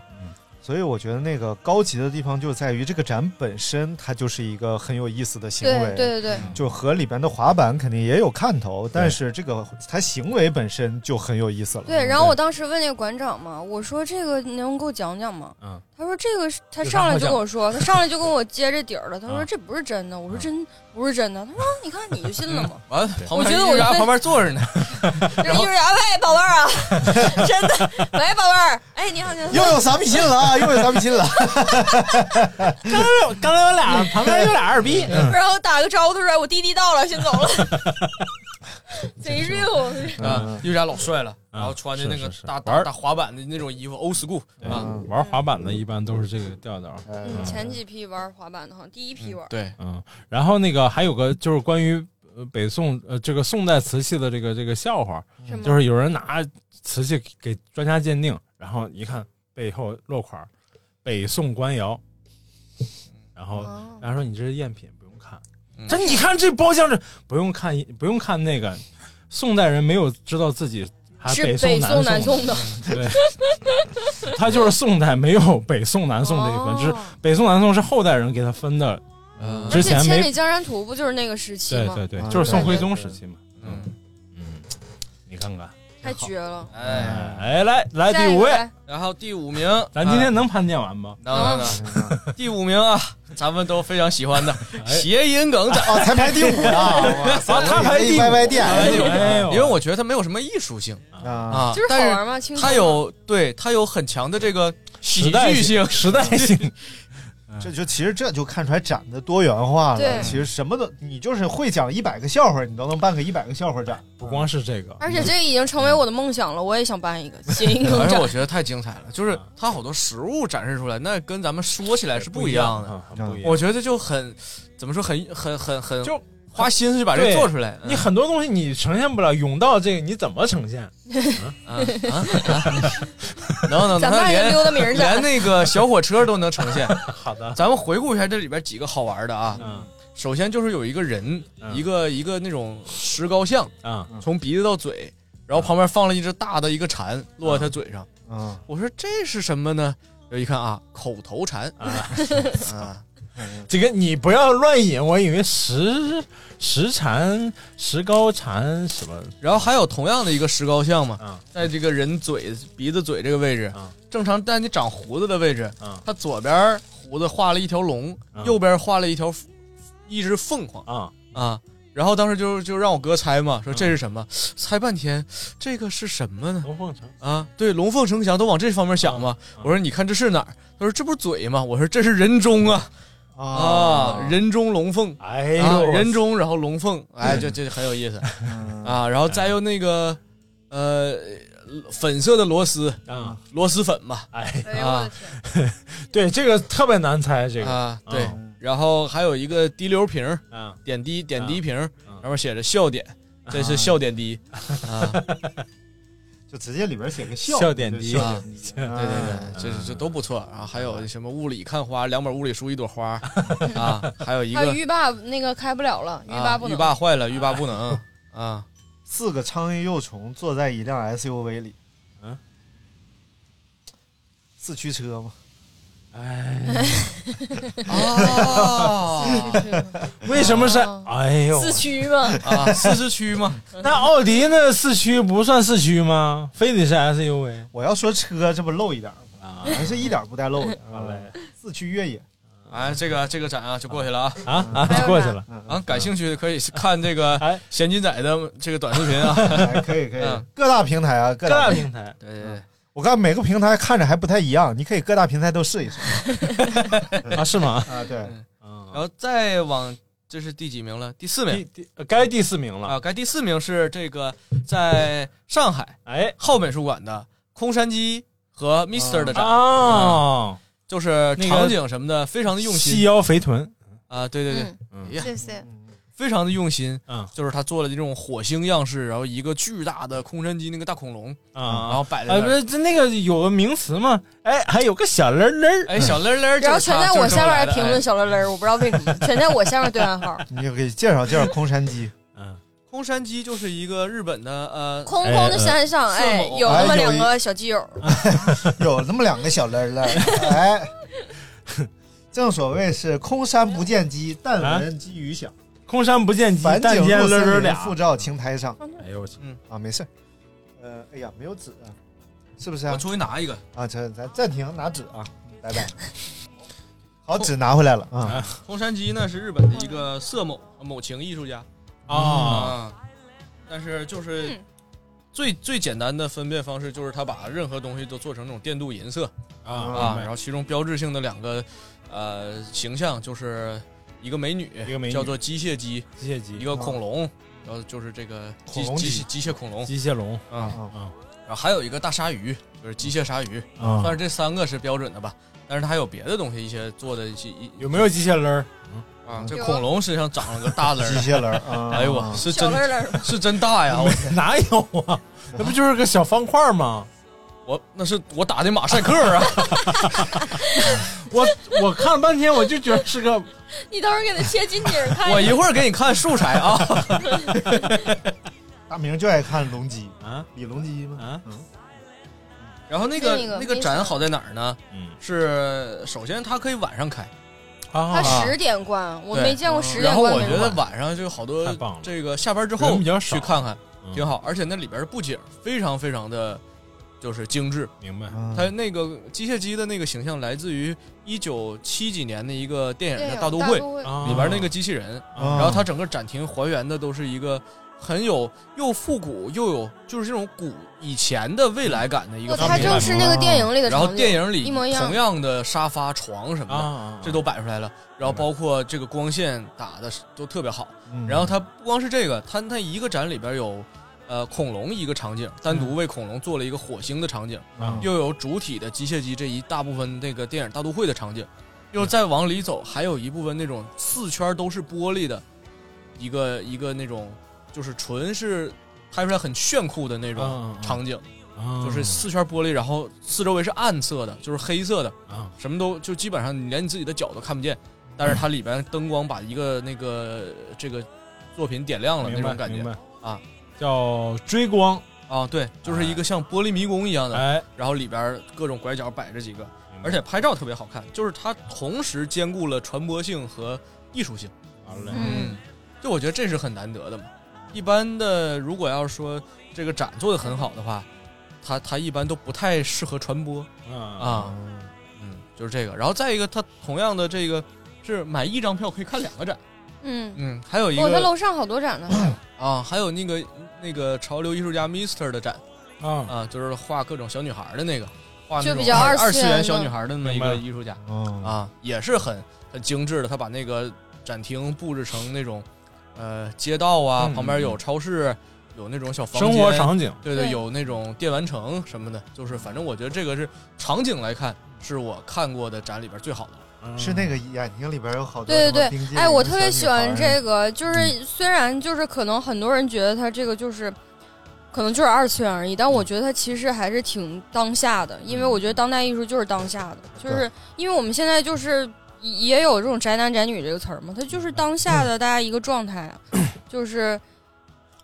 所以我觉得那个高级的地方就在于这个展本身，它就是一个很有意思的行为。嗯
对对对
就和里边的滑板肯定也有看头，但是这个它行为本身就很有意思了。
对，然后我当时问那个馆长嘛，我说这个你能给我讲讲吗？
嗯，
他说这个是他
有啥
上来
好
就
讲
跟我说，他上来就跟我揭这底儿了。他说
啊
这不是真的，我说真不是真的。他说啊你看你就信了 吗？
完了，旁
我觉
边
得
艺术
我
家
分
旁边坐着呢，
这艺术家，喂，宝贝儿啊， 真的，喂，宝贝儿，哎，你好，你好
又有咱们信了 啊，又有咱们信了。
刚才刚才有俩， 旁边有俩二 逼。
然后打个招呼，他说哎我滴滴到了，先走了。贼 real，
啊，艺术家老帅了，然后穿的那个
是是是
大
玩
大
儿
大滑板的那种衣服，old school
嗯
啊，
玩滑板的一般都是这个调调。
嗯，前几批玩滑板的，好像第一批玩。
对，
嗯，然后那个还有个就是关于呃北宋呃这个宋代瓷器的这个这个笑话
是吗，
就是有人拿瓷器给给专家鉴定，然后一看背后落款儿“北宋官窑”，然后
哦
然后说你这是赝品，不用看。这你看这包厢这不用看不用看那个，宋代人没有知道自己还
是
北
北宋南
南
宋的
对。他就是宋代没有北宋南宋这
哦
一分，只是北宋南宋是后代人给他分的。
嗯
而且
之
《
前
千里
没
江山图》不就是那个时期
对
吗？
对对
啊，
就是宋徽
对
宗时期嘛。
嗯
嗯，你看看，
太绝了。
哎
哎，来来
下一
第
个
五位
来，
然后第五名，啊
咱今天能盘点完吗？
能能能，第五名啊，咱们都非常喜欢的谐音梗仔，
哦才排第五呢哇塞
啊，他排第五，
歪歪店
他排第五
哎呦
因为我觉得他没有什么艺术性啊
就是好玩嘛
但是
轻松
他有对他有很强的这个喜剧 性、
时代性，
这就其实这就看出来展的多元化
对
了。其实什么都，你就是会讲一百个笑话，你都能办个一百个笑话展。
不光是这个，
而且这个已经成为我的梦想了，我也想办一个谐音梗
而且
展
我。觉得太精彩了，就是它好多实物展示出来，那跟咱们说起来是不一样的。
啊
嗯
不一样
我觉得就很怎么说，很很很很
就
花心思去把这
对
做出来。嗯
你很多东西你呈现不了，甬道这个你怎么呈现？
啊啊 能能，
咱们
能
按
连
人溜达名儿去
连那个小火车都能呈现。
好的，
咱们回顾一下这里边几个好玩的啊。
嗯
首先就是有一个人，一个一个那种石膏像
啊，
嗯
从鼻子到嘴，然后旁边放了一只大的一个蝉落在他嘴上。
嗯，
我说这是什么呢？就一看啊，口头禅啊，
这个你不要乱引，我以为石石蝉、石膏蝉什么
然后还有同样的一个石膏像嘛，在这个人嘴、鼻子、嘴这个位置，正常但你长胡子的位置，它左边胡子画了一条龙，右边画了一条一只凤凰
啊
啊。然后当时就就让我哥猜嘛，说这是什么？猜半天，这个是什么呢？
龙凤呈
啊，对，龙凤呈祥都往这方面想嘛。我说你看这是哪儿？他说这不是嘴吗？我说这是人中啊。啊，人中龙凤，
哎
啊
呦
人中然后龙凤，哎，这这很有意思 啊。然后再用那个呃粉色的螺丝
啊，
螺蛳粉嘛，
哎
哎呦我
啊
的，
对，这个特别难猜，这个
啊对。然后还有一个滴溜瓶儿
啊，
点滴点滴瓶儿，上面写着笑点，这是笑点滴啊，
就直接里边写个笑
笑点低，
啊
对
对对对，这这都不错。然后还有什么雾里看花，两本物理书一朵 花啊，还有一
还
个
有浴霸那个开不了了，浴
啊
霸不
浴
能。
霸坏了，浴霸不 能啊。
四个苍蝇幼虫坐在一辆 SUV 里，嗯，四驱车嘛，
哎，
哦
为什么是？
嗯
哎呦，
四驱嘛，
啊，四十驱 嘛，
那奥迪那四驱不算四驱吗？非得是 SUV？
我要说车，这不露一点吗？还是一点不带露的。四驱越野，
哎，这个这个展啊，就过去了啊
啊啊还有过去了
啊！感兴趣的可以去看这
哎
个闲金仔的这个短视频啊，
哎可以可以
嗯，
各大平台啊，各大
各大平台，
对对对，
我看每个平台看着还不太一样，你可以各大平台都试一试。
啊，是吗？
啊，对，
然
嗯
后再往这是第几名了？第四名，
第第该第四名了
啊，该第四名是这个在上海
哎
浩美术馆的空山鸡和 Mister 的展
啊
嗯
哦
就是
那个
场景什么的非常的用心，
细腰肥臀
啊，对
嗯
对对，哎呀
谢谢。
非常的用心，
嗯，
就是他做了这种火星样式，然后一个巨大的空山鸡那个大恐龙
啊，
然后摆在
啊，
那
不
儿
是这那个有个名词嘛？哎，还有个小人儿，
哎小人儿
然后全在我
就是这
下面
么来的哎
评
哎
论小乐乐，我不知道为什么，全在我下面对暗号。
你就给介绍介绍空山鸡。
嗯，
哎空空山鸡就是一个日本的呃，
空空的山上，哎，有那么两个小基友，
有那么两个小乐乐，哎， 正所谓是空山不见鸡，但闻鸡鱼响。
空山不见鸡
反
但
景
见
入
乐
森
乐
林
俩
复照青苔上。
哎呦我去，
啊，没事儿。呃，哎呀，没有纸啊，是不是啊？
我出去拿一个
啊，这咱暂停拿纸啊，拜拜。好，纸拿回来了啊。
空山鸡呢是日本的一个色某某情艺术家
啊
但是
嗯
就是最最简单的分辨方式就是他把任何东西都做成那种电镀银色
啊
啊
明，白
然后其中标志性的两个呃形象就是一个美女，一个
美女
叫做机械鸡，
机械鸡
一个恐龙，然后就是这个机
恐龙
机
鸡
械机械恐龙，
机械龙
啊啊，然后还有一个大鲨鱼，就是机械鲨鱼，
啊
算是这三个是标准的吧。但是它还有别的东西，一些做的一些一
有没有机 械轮儿？
啊，这恐龙身上长了个大轮儿，
嗯机械轮儿啊
哎呦我是真
小轮儿
是真大呀！我
哪有啊？那不就是个小方块吗？
我那是我打的马赛克啊！
我我看了半天，我就觉得是个
你到时候给他切近景儿看。
我一会儿给你看素材啊。
大明就爱看龙鸡
啊，
比龙鸡吗？
啊，
然后那个
那个
那个
没
展
事
好在哪儿呢？
嗯
是首先它可以晚上开，
他十点关，我
啊对嗯
没见过十点
然后
关
我
的
觉
人
得
关。
晚上就好多
太棒了
这个下班之后
人比较少嗯
去看看挺好，而且那里边的布景非常非常的就是精致。
明白
啊
它那个机械鸡的那个形象来自于一九七几年的一个电影
电
叫
影
《大都
大
会
都会》啊
里边那个机器人，
啊
然后它整个展厅还原的都是一个很有又复古又有就是这种古以前的未来感的一个
哇
场
哦它
景。
嗯正是那个电影里的
然后
场景
电影里
一模一样
同样的沙发、床什么
啊
的
啊，
这都摆出来了，然后包括这个光线打的都特别好
嗯。
然后它不光是这个，它它一个展里边有，呃，恐龙一个场景，单独为恐龙做了一个火星的场景
嗯，
又有主体的机械机这一大部分那个电影大都会的场景，又再往里走，还有一部分那种四圈都是玻璃的，一个一个那种就是纯是拍出来很炫酷的那
嗯嗯
种
嗯
场景。
啊
就是四圈玻璃，然后四周围是暗色的，就是黑色的，
啊
什么都就基本上你连你自己的脚都看不见，但是它里边灯光把一个那个这个作品点亮了那
明白
种感觉
明白
啊，
叫追光
啊，对，就是一个像玻璃迷宫一样的，
哎，
然后里边各种拐角摆着几个，而且拍照特别好看，就是它同时兼顾了传播性和艺术性，
嘞
嗯，就我觉得这是很难得的嘛。一般的，如果要是说这个展做的很好的话，它它一般都不太适合传播，啊，嗯，就是这个。然后再一个，它同样的这个是买一张票可以看两个展，
嗯，
嗯，还有一
哦，他楼
个
上好多展呢。
啊，还有那个那个潮流艺术家 Mister 的展，
啊
就是画各种小女孩的那个，画那
就
种
比较
二
二
次
次
元
元
小
的
女孩的那么一
明白
个
了
艺术家，
嗯
啊，也是很很精致的，他把那个展厅布置成那种呃街道啊，
嗯
旁边有超市。有那种小房
生活场景
对对，
对
有那种电玩城什么的，就是反正我觉得这个是场景来看，是我看过的展里边最好的了。
嗯
是那个眼睛里边有好多
对
什
对
么冰
对，
激
哎，
凌
我
的
特别
小
喜
女孩
欢这个，
嗯
就是虽然就是可能很多人觉得它这个就是，可能就是二次元而已，
嗯
但我觉得它其实还是挺当下的，因为我觉得当代艺术就是当下的，就是
对
因为我们现在就是也有这种宅男宅女这个词儿嘛，它
嗯
就是当下的大家一个状态 啊，就是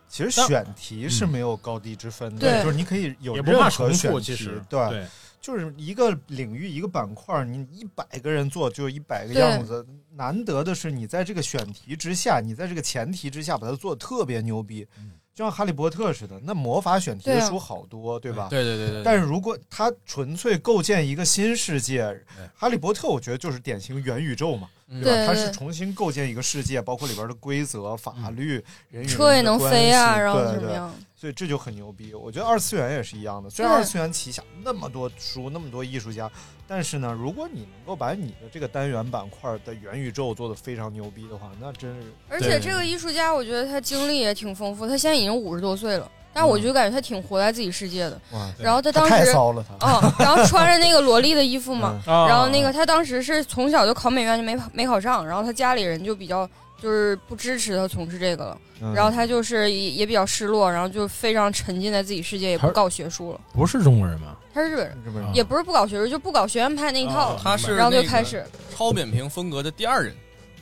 其实选题是没有高低之分的，
嗯对
就是你可以有
也不怕
任
重
何
复
选题，
其实
对。
啊
对
就是一个领域一个板块，你一百个人做就一百个样子。难得的是，你在这个选题之下，你在这个前提之下把它做得特别牛逼，
嗯
就像《哈利波特》似的。那魔法选题
对
的
啊
书好多，对吧？
对对对对对
但是如果它纯粹构建一个新世界，《哈利波特》我觉得就是典型元宇宙嘛，
嗯
吧？
对
它
对
是重新构建一个世界，包括里边的规则、法律、人与人
嗯车
的
也能
关
飞啊
系
然后
对
怎么
对
样
所以这就很牛逼。我觉得二次元也是一样的，虽然
对
二次元旗下那么多书、那么多艺术家，但是呢，如果你能够把你的这个单元板块的元宇宙做得非常牛逼的话，那真是。
而且这个艺术家，我觉得他经历也挺丰富，他现在已经五十多岁了。但我就感觉他挺活在自己世界的
嗯哇，对
然后他当时
他太骚了他
嗯，然后穿着那个萝莉的衣服嘛，
嗯
啊
然后那个他当时是从小就考美院就没没考上，然后他家里人就比较就是不支持他从事这个了，
嗯
然后他就是也也比较失落，然后就非常沉浸在自己世界，也不搞学术了。
不是中国人吗？
他是日本
嗯
人，
日
啊
本人
也不是不搞学术，就不搞学院派那一套了，
他嗯哦是
然后就
那个
开始，
超扁平
嗯
风格的第二人，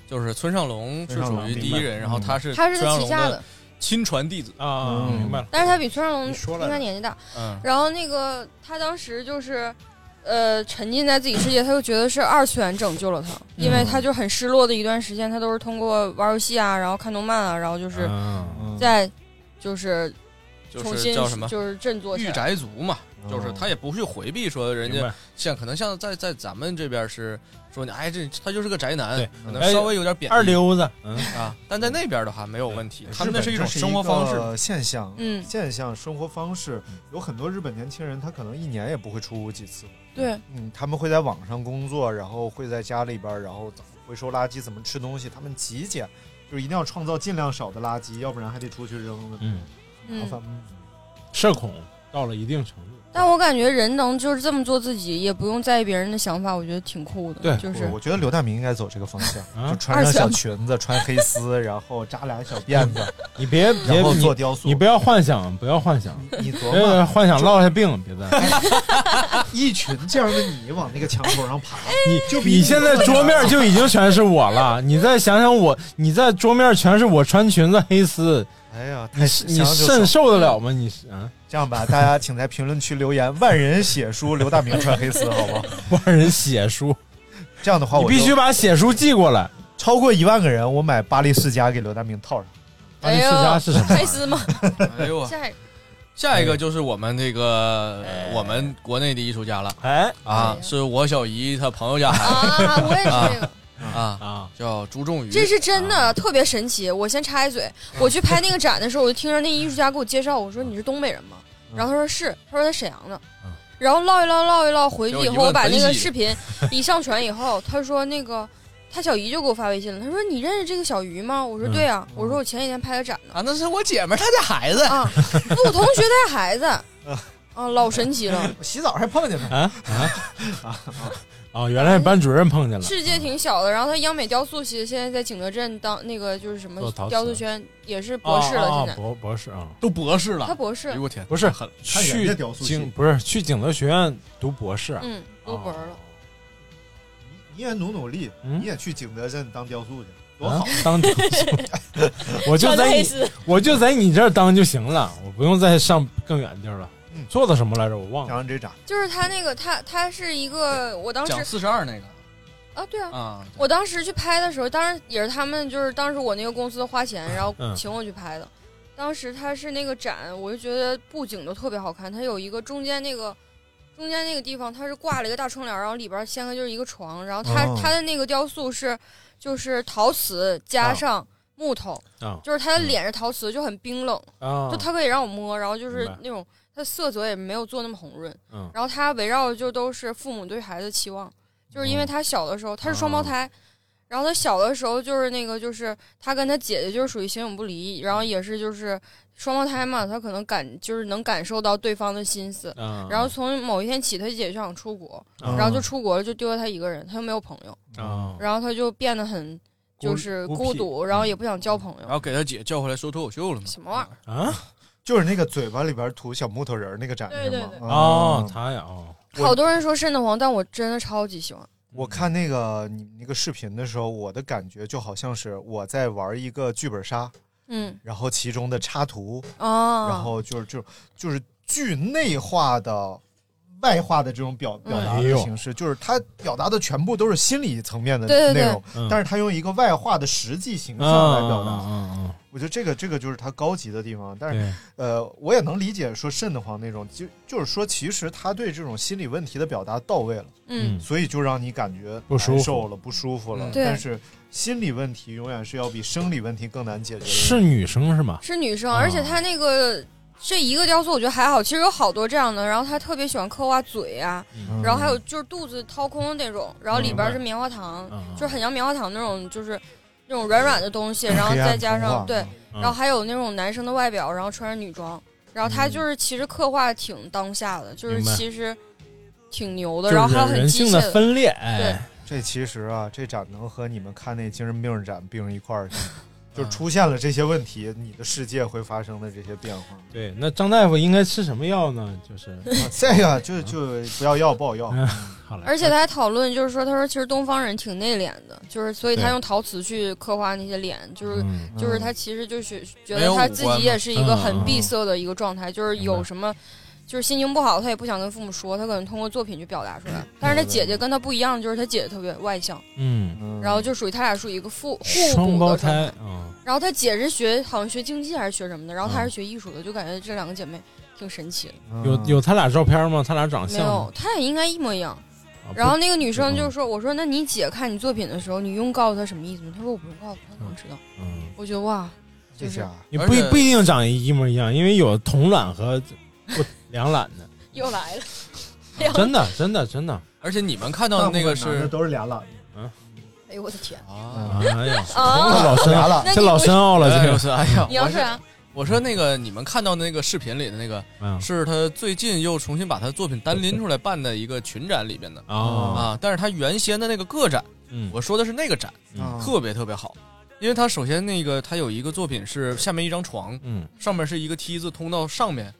就是村上龙是属于第一人，然后他是
他是
村上龙
旗下的
亲传弟子
啊
明白了。
但是他比村上龙
你说
应
来着
该年纪大。
嗯
然后那个他当时就是，呃，沉浸在自己世界，他就觉得是二次元拯救了他，
嗯
因为他就很失落的一段时间，他都是通过玩游戏啊，然后看动漫啊，然后就是
嗯
在就是
就是
重新
叫什么
就是振作起
御
来
宅族嘛，就是他也不去回避说人
明
家
白
像可能像在在咱们这边是说你哎这他就是个宅男
对，
可能稍微有点贬义
二流子嗯
啊，但在那边的话没有问题，他们那
哎日本
一
这
种
是
生活方
个
式
现象，
嗯，
现象生活方式，有很多日本年轻人他可能一年也不会出屋几次，
对，
嗯，他们会在网上工作，然后会在家里边儿，然后怎么回收垃圾，怎么吃东西，他们极简，就是一定要创造尽量少的垃圾，要不然还得出去扔了，
嗯，
麻烦。嗯
社恐到了一定程度，
但我感觉人能就是这么做自己，也不用在意别人的想法，我觉得挺酷的。就是
我我觉得刘大明应该走这个方向，
啊
就
二
穿上
次
小
元
裙子，穿黑丝，然后扎俩小辫子，
你别别
然后
你
做雕塑
你不要幻想，不要幻想，
你琢
别
磨
幻想落下病，别再。
一群这样的你往那个墙头上 爬，
你
就比
你现在桌面就已经全是我了，你再想想我，你在桌面全是我穿裙子黑丝，
哎呀，
你
太
是
想
你
想就
肾
爽
受得了吗？你是啊，
这样吧，大家请在评论区留言，万人写书刘大明穿黑丝，好不好？
万人写书，
这样的话
你
我
必须
就
把写书寄过来。
超过一万个人，我买巴黎世家给刘大明套上。
巴
哎
黎世家是什么？
黑丝吗？
哎 呦我
下一个
下一个就是我们那个
哎
我们国内的艺术家了，
哎
啊，是我小姨她朋友家孩子
啊，我也是这个。
啊
啊，
叫朱仲宇，
这是真的，特别神奇。我先插一嘴，我去拍那个展的时候，我就听着那艺术家给我介绍，我说你是东北人吗？然后他说是，他说他沈阳的。然后唠一唠，唠一唠，回去以
有疑
后
问
我把那个
分析
视频一上传以后，他说那个他小姨就给我发微信了，他说你认识这个小鱼吗？我说
嗯
对啊，我说我前几天拍的展 呢。
啊，那是我姐们儿她家孩子
啊，不，同学带孩子啊，老神奇了。
洗澡还碰见他
啊啊啊！原来是班主任碰见了，
世界挺小的，然后他央美雕塑系现在在景德镇当那个就是什么
做陶瓷
雕塑圈也是哦博士了，
啊
现
啊
在、
博博士啊，
都博士了，
他博士
哎呦我天，
不是
很
去景不是去景德学院读博士，啊
嗯，读博了。
你也努努力，
嗯
你也去景德镇当雕塑去，多
啊
好！，
当雕 塑我就
穿
在
着黑
你
丝
我就在你这儿当就行了，我不用再上更远地儿了。
嗯
做的什么来着？我忘了。
讲这展，
就是他那个，他他是一个，我当时
讲四十二那个
啊，对啊，
啊，
我当时去拍的时候，当时也是他们，就是当时我那个公司花钱，然后
嗯
请我去拍的。当时他是那个展，我就觉得布景都特别好看，它有一个中间那个。中间那个地方，它是挂了一个大窗帘，然后里边掀开就是一个床，然后它、
哦
它的那个雕塑是就是陶瓷加上木头，
啊
就是它的脸是陶瓷，就很冰冷，
啊
嗯
就它可以让我摸，然后就是
明白
那种它色泽也没有做那么红润，
嗯
然后它围绕的就都是父母对孩子的期望，就
哦
是因为他小的时候他是双胞胎，然后他小的时候就是那个就是他跟他姐姐就是属于形影不离，然后也是就是双胞胎嘛，他可能感就是能感受到对方的心思，
嗯
然后从某一天起他姐就想出国，
嗯
哦
然后就出国了，就丢了他一个人，他又没有朋友，
啊，
然后他就变得很
孤
就是
孤僻嗯
孤独，然后也不想交朋友，
然后给他姐叫回来说脱口秀了嘛，
什么玩意儿？
啊，
就是那个嘴巴里边吐小木头人儿那个展
对
是吗
对？
啊
哦，他呀，哦，
好多人说瘆得慌，但我真的超级喜欢。
我看那个你那个视频的时候，我的感觉就好像是我在玩一个剧本杀，
嗯
然后其中的插图，
哦
然后就是就就是剧内化的。外化的这种表表达
哎
的
呦
形式，就是它表达的全部都是心理层面的
对对对
内容，
嗯啊
但是它用一个外化的实际形象来表达。我觉得这个这个就是它高级的地方，但
对
是呃，我也能理解说瘆得慌那种，就就是说，其实他对这种心理问题的表达到位了，
嗯
所以就让你感觉
不舒服
难受了，不舒服了
嗯。对
但是心理问题永远是要比生理问题更难解决的。
是女生是吗？
是女生，而且她那个这一个雕塑我觉得还好，其实有好多这样的。然后她特别喜欢刻画嘴啊，
嗯
然后还有就是肚子掏空那种，然后里边
明
是
白
棉花糖，
嗯
就是很像棉花糖那种，就是那种软软的东西，然后
黑暗
再加
童话
上对，
嗯
然后还有那种男生的外表，然后穿着女装，然后她就是其实刻画挺当下的，就是
明白
其实挺
就
牛的，然后还有很机械对，
哎
这其实啊，这展能和你们看那精神病展并一块儿去。就出现了这些问题，你的世界会发生的这些变化。啊
对，那张大夫应该吃什么药呢？就是
这个啊就就不要药，不好
嗯
药。
好嘞，
而且他还讨论，就是说，他说其实东方人挺内敛的，就是所以他
对
用陶瓷去刻画那些脸，就是
嗯
就是他其实就是觉
嗯没有
得他
五
自
官
己
嘛
也是一个很
嗯
闭塞的一个状态，就是有什么。就是心情不好，他也不想跟父母说，他可能通过作品去表达出
嗯
来。但是他姐姐跟他不一样，就是他姐姐特别外向，
嗯，
然后就属于他俩属于一个互互
双
补
胞
的状
胎
态。
啊，
然后他姐是学好像学经济还是学什么的，然后他是
嗯
学艺术的，就感觉这两个姐妹挺神奇的。
嗯
有有他俩照片吗？他俩长
没
相吗啊
有，他俩应该一模一样。
啊
不
然后那个女生
嗯
就说：“我说那你姐看你作品的时候，你用告诉她什么意思吗？”她说：“我不用告诉她，她能知道。”
嗯
嗯
我觉得哇，就是
啊
你不一不一定长一模一样，因为有同卵和不两卵的，
又来了，
真的真的真的。
而且你们看到的那个
大部分男
是
的都是俩了，
哎呦我的 天！
啊
哎呀，
啊
这老深
完了
这老深奥了，
哎
这
呦我操哎呀，
嗯
你要
我
是啊
我说那个你们看到的那个视频里的那个，
嗯
是他最近又重新把他作品单拎出来办的一个群展里边的
哦
啊，但是他原先的那个个展，
嗯
我说的是那个展，
嗯
特别特别好，因为他首先那个他有一个作品是下面一张床，
嗯，
上面是一个梯子通到上面。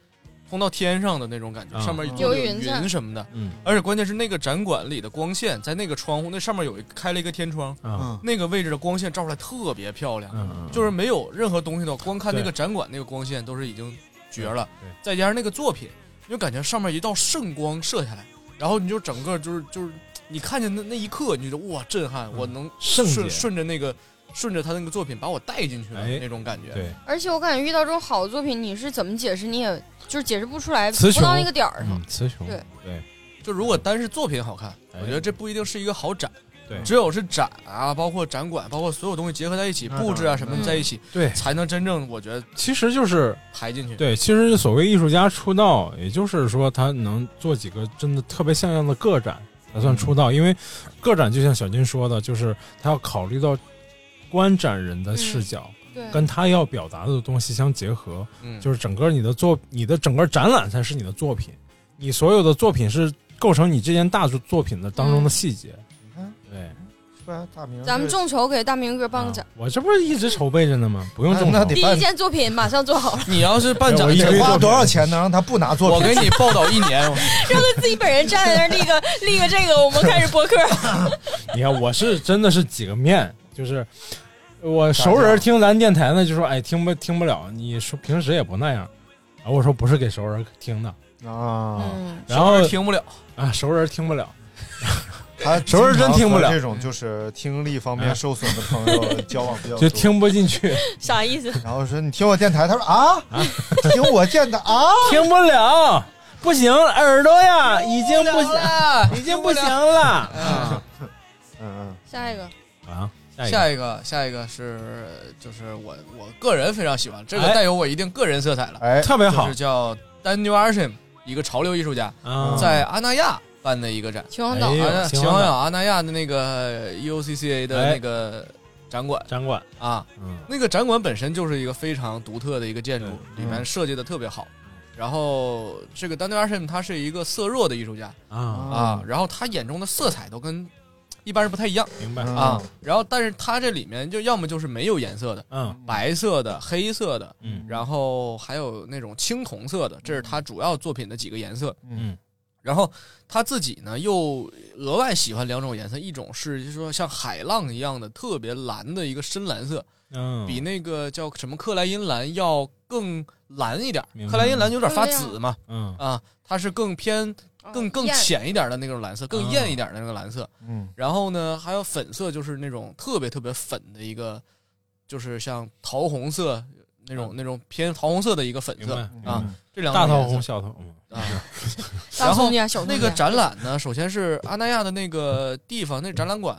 通到天上的那种感觉，
啊
上面
有
有
嗯云彩
云什么的，
嗯
而且关键是那个展馆里的光线，在那个窗户那上面有一开了一个天窗，
嗯
啊
那个位置的光线照出来特别漂亮，
嗯嗯
嗯就是没有任何东西的，光看那个
对
展馆那个光线都是已经绝了
对，
再加上那个作品，你就感觉上面一道圣光射下来，然后你就整个就是就是你看见那那一刻，你就觉得哇震撼，我能
嗯圣洁
顺顺着那个顺着他那个作品把我带进去了、
哎
那种感觉，
对，
而且我感觉遇到这种好的作品，你是怎么解释你也就是解释不出来，
词
不到
穷
那个点儿上。
嗯，词穷，
对
对
就如果单是作品好看，我觉得这不一定是一个好展。
哎对
只有是展啊，包括展馆，包括所有东西结合在一起，
那当然
布置啊什么在一起，
对
才能真正我觉得
其实就是
排进去。
对，其实所谓艺术家出道，也就是说他能做几个真的特别像样的个展才算出道，因为个展就像小金说的，就是他要考虑到观展人的视角。
嗯对
跟他要表达的东西相结合，
嗯
就是整个你的作，你的整个展览才是你的作品，你所有的作品是构成你这件大作作品的当中的细节。
嗯
对，啊
是吧？大明，
咱们众筹给大明哥办
啊
个展，
我这不是一直筹备着呢吗？不用众筹，
第一件作品马上做好，
你要是办
展哎我一
得
堆
花
作品
多少钱能让他不拿作品？
我给你报道一年，
让他自己本人站在那儿立个立个这个，我们开始播客。
你看，哎我是真的是几个面，就是我熟人听咱电台呢，就说哎，听不听不了，你说平时也不那样。然后我说不是给熟人听的，
啊，
嗯
然 后
听不了
啊，熟人听不了，
他
熟人真听不了
这种就是听力方面
哎
受损的朋友交往比较多。
就听不进去，
啥意思？
然后说你听我电台，他说啊，
听我见的啊，
听不了，不行，耳朵呀已经不行，已经不行了
嗯
下一个，
啊。
啊下
一
一个，下一个是就是我我个人非常喜欢，这个
哎
带有我一定个人色彩了，
哎
特别好
就是叫 Daniel Arsham，一个潮流艺术家，
啊
在阿那亚办的一个展，
秦皇岛
哎呦
阿那
秦
秦
皇岛
皇岛啊阿那亚的那个 E UCCA 的
哎
那个展馆
展馆，
啊，
嗯
那个展馆本身就是一个非常独特的一个建筑，
对嗯
里面设计的特别好。然后这个 Daniel Arsham 他是一个色弱的艺术家
啊，
啊，然后他眼中的色彩都跟一般人不太一样。
明白
啊，然后但是它这里面就要么就是没有颜色的，
嗯，
白色的、黑色的，
嗯，
然后还有那种青铜色的，这是他主要作品的几个颜色，
嗯，
然后他自己呢又额外喜欢两种颜色，一种是就是说像海浪一样的特别蓝的一个深蓝色，
嗯，
比那个叫什么克莱因蓝要更蓝一点
明，白
克莱因蓝有点发紫嘛，
嗯
啊，它是更偏
啊
更更
艳
浅一点的那种蓝色，
啊
更艳一点的那个蓝色，
嗯，
然后呢，还有粉色，就是那种特别特别粉的一个，就是像桃红色那种、那种偏桃红色的一个粉色
嗯
嗯
明白
啊
明白。
这两
大
种
桃
颜色
红小桃红
啊。
大
然后
葱呀小葱
那个
呀
展览呢，首先是阿那亚的那个地方，那展览馆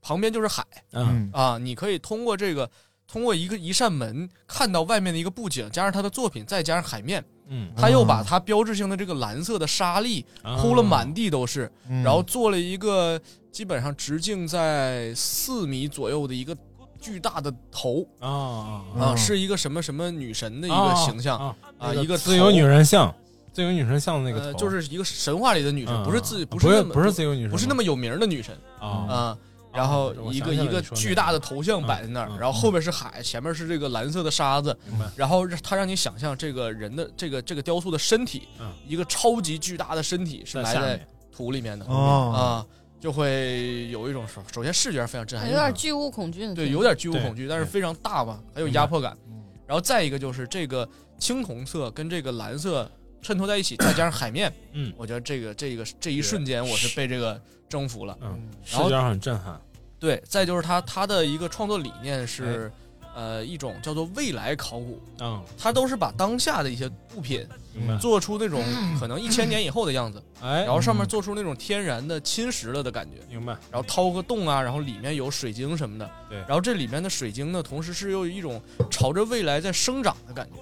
旁边就是海，
嗯
啊，你可以通过这个，通过一个一扇门看到外面的一个布景，加上他的作品，再加上海面，
嗯
他又把它标志性的这个蓝色的沙粒
啊
铺了满地都是，
嗯
然后做了一个基本上直径在四米左右的一个巨大的头
啊
啊，是一个什么什么女神的一个形象
啊
啊，
那
一个
自由
头
女神像，自由女神像的那
呃
个头，
就是一个神话里的女神，
嗯
不是自
嗯
不是那么
不是自由女神
不是那么有名的女神
啊
啊。然后
我
一
想
个
起来
一
你
个
说那
巨大的头像摆在
嗯
那儿，然后后面是海，前面是这个蓝色的沙子
明白，
然后让他让你想象这个人的这个这个雕塑的身体，一个超级巨大的身体是埋
嗯在下
在
面
土里面的啊
哦，
就会有一种首首先视觉上非常震撼，
哎有点巨物恐惧的，
对，嗯有点巨物恐惧，但是非常大吧，很有压迫感。
嗯
然后再一个就是这个青铜色跟这个蓝色衬托在一起，再加上海面，
嗯，
我觉得这个这个这一瞬间我是被这个征服了，
嗯，视
然后
觉上很震撼。
对，再就是他他的一个创作理念是，呃，一种叫做未来考古，
嗯，
他都是把当下的一些物品
明白
做出那种可能一千年以后的样子，嗯
哎
然后上面做出那种天然的侵蚀了的感觉，
明白？
然后掏个洞啊，然后里面有水晶什么的，
对
然后这里面的水晶呢，同时是又有一种朝着未来在生长的感觉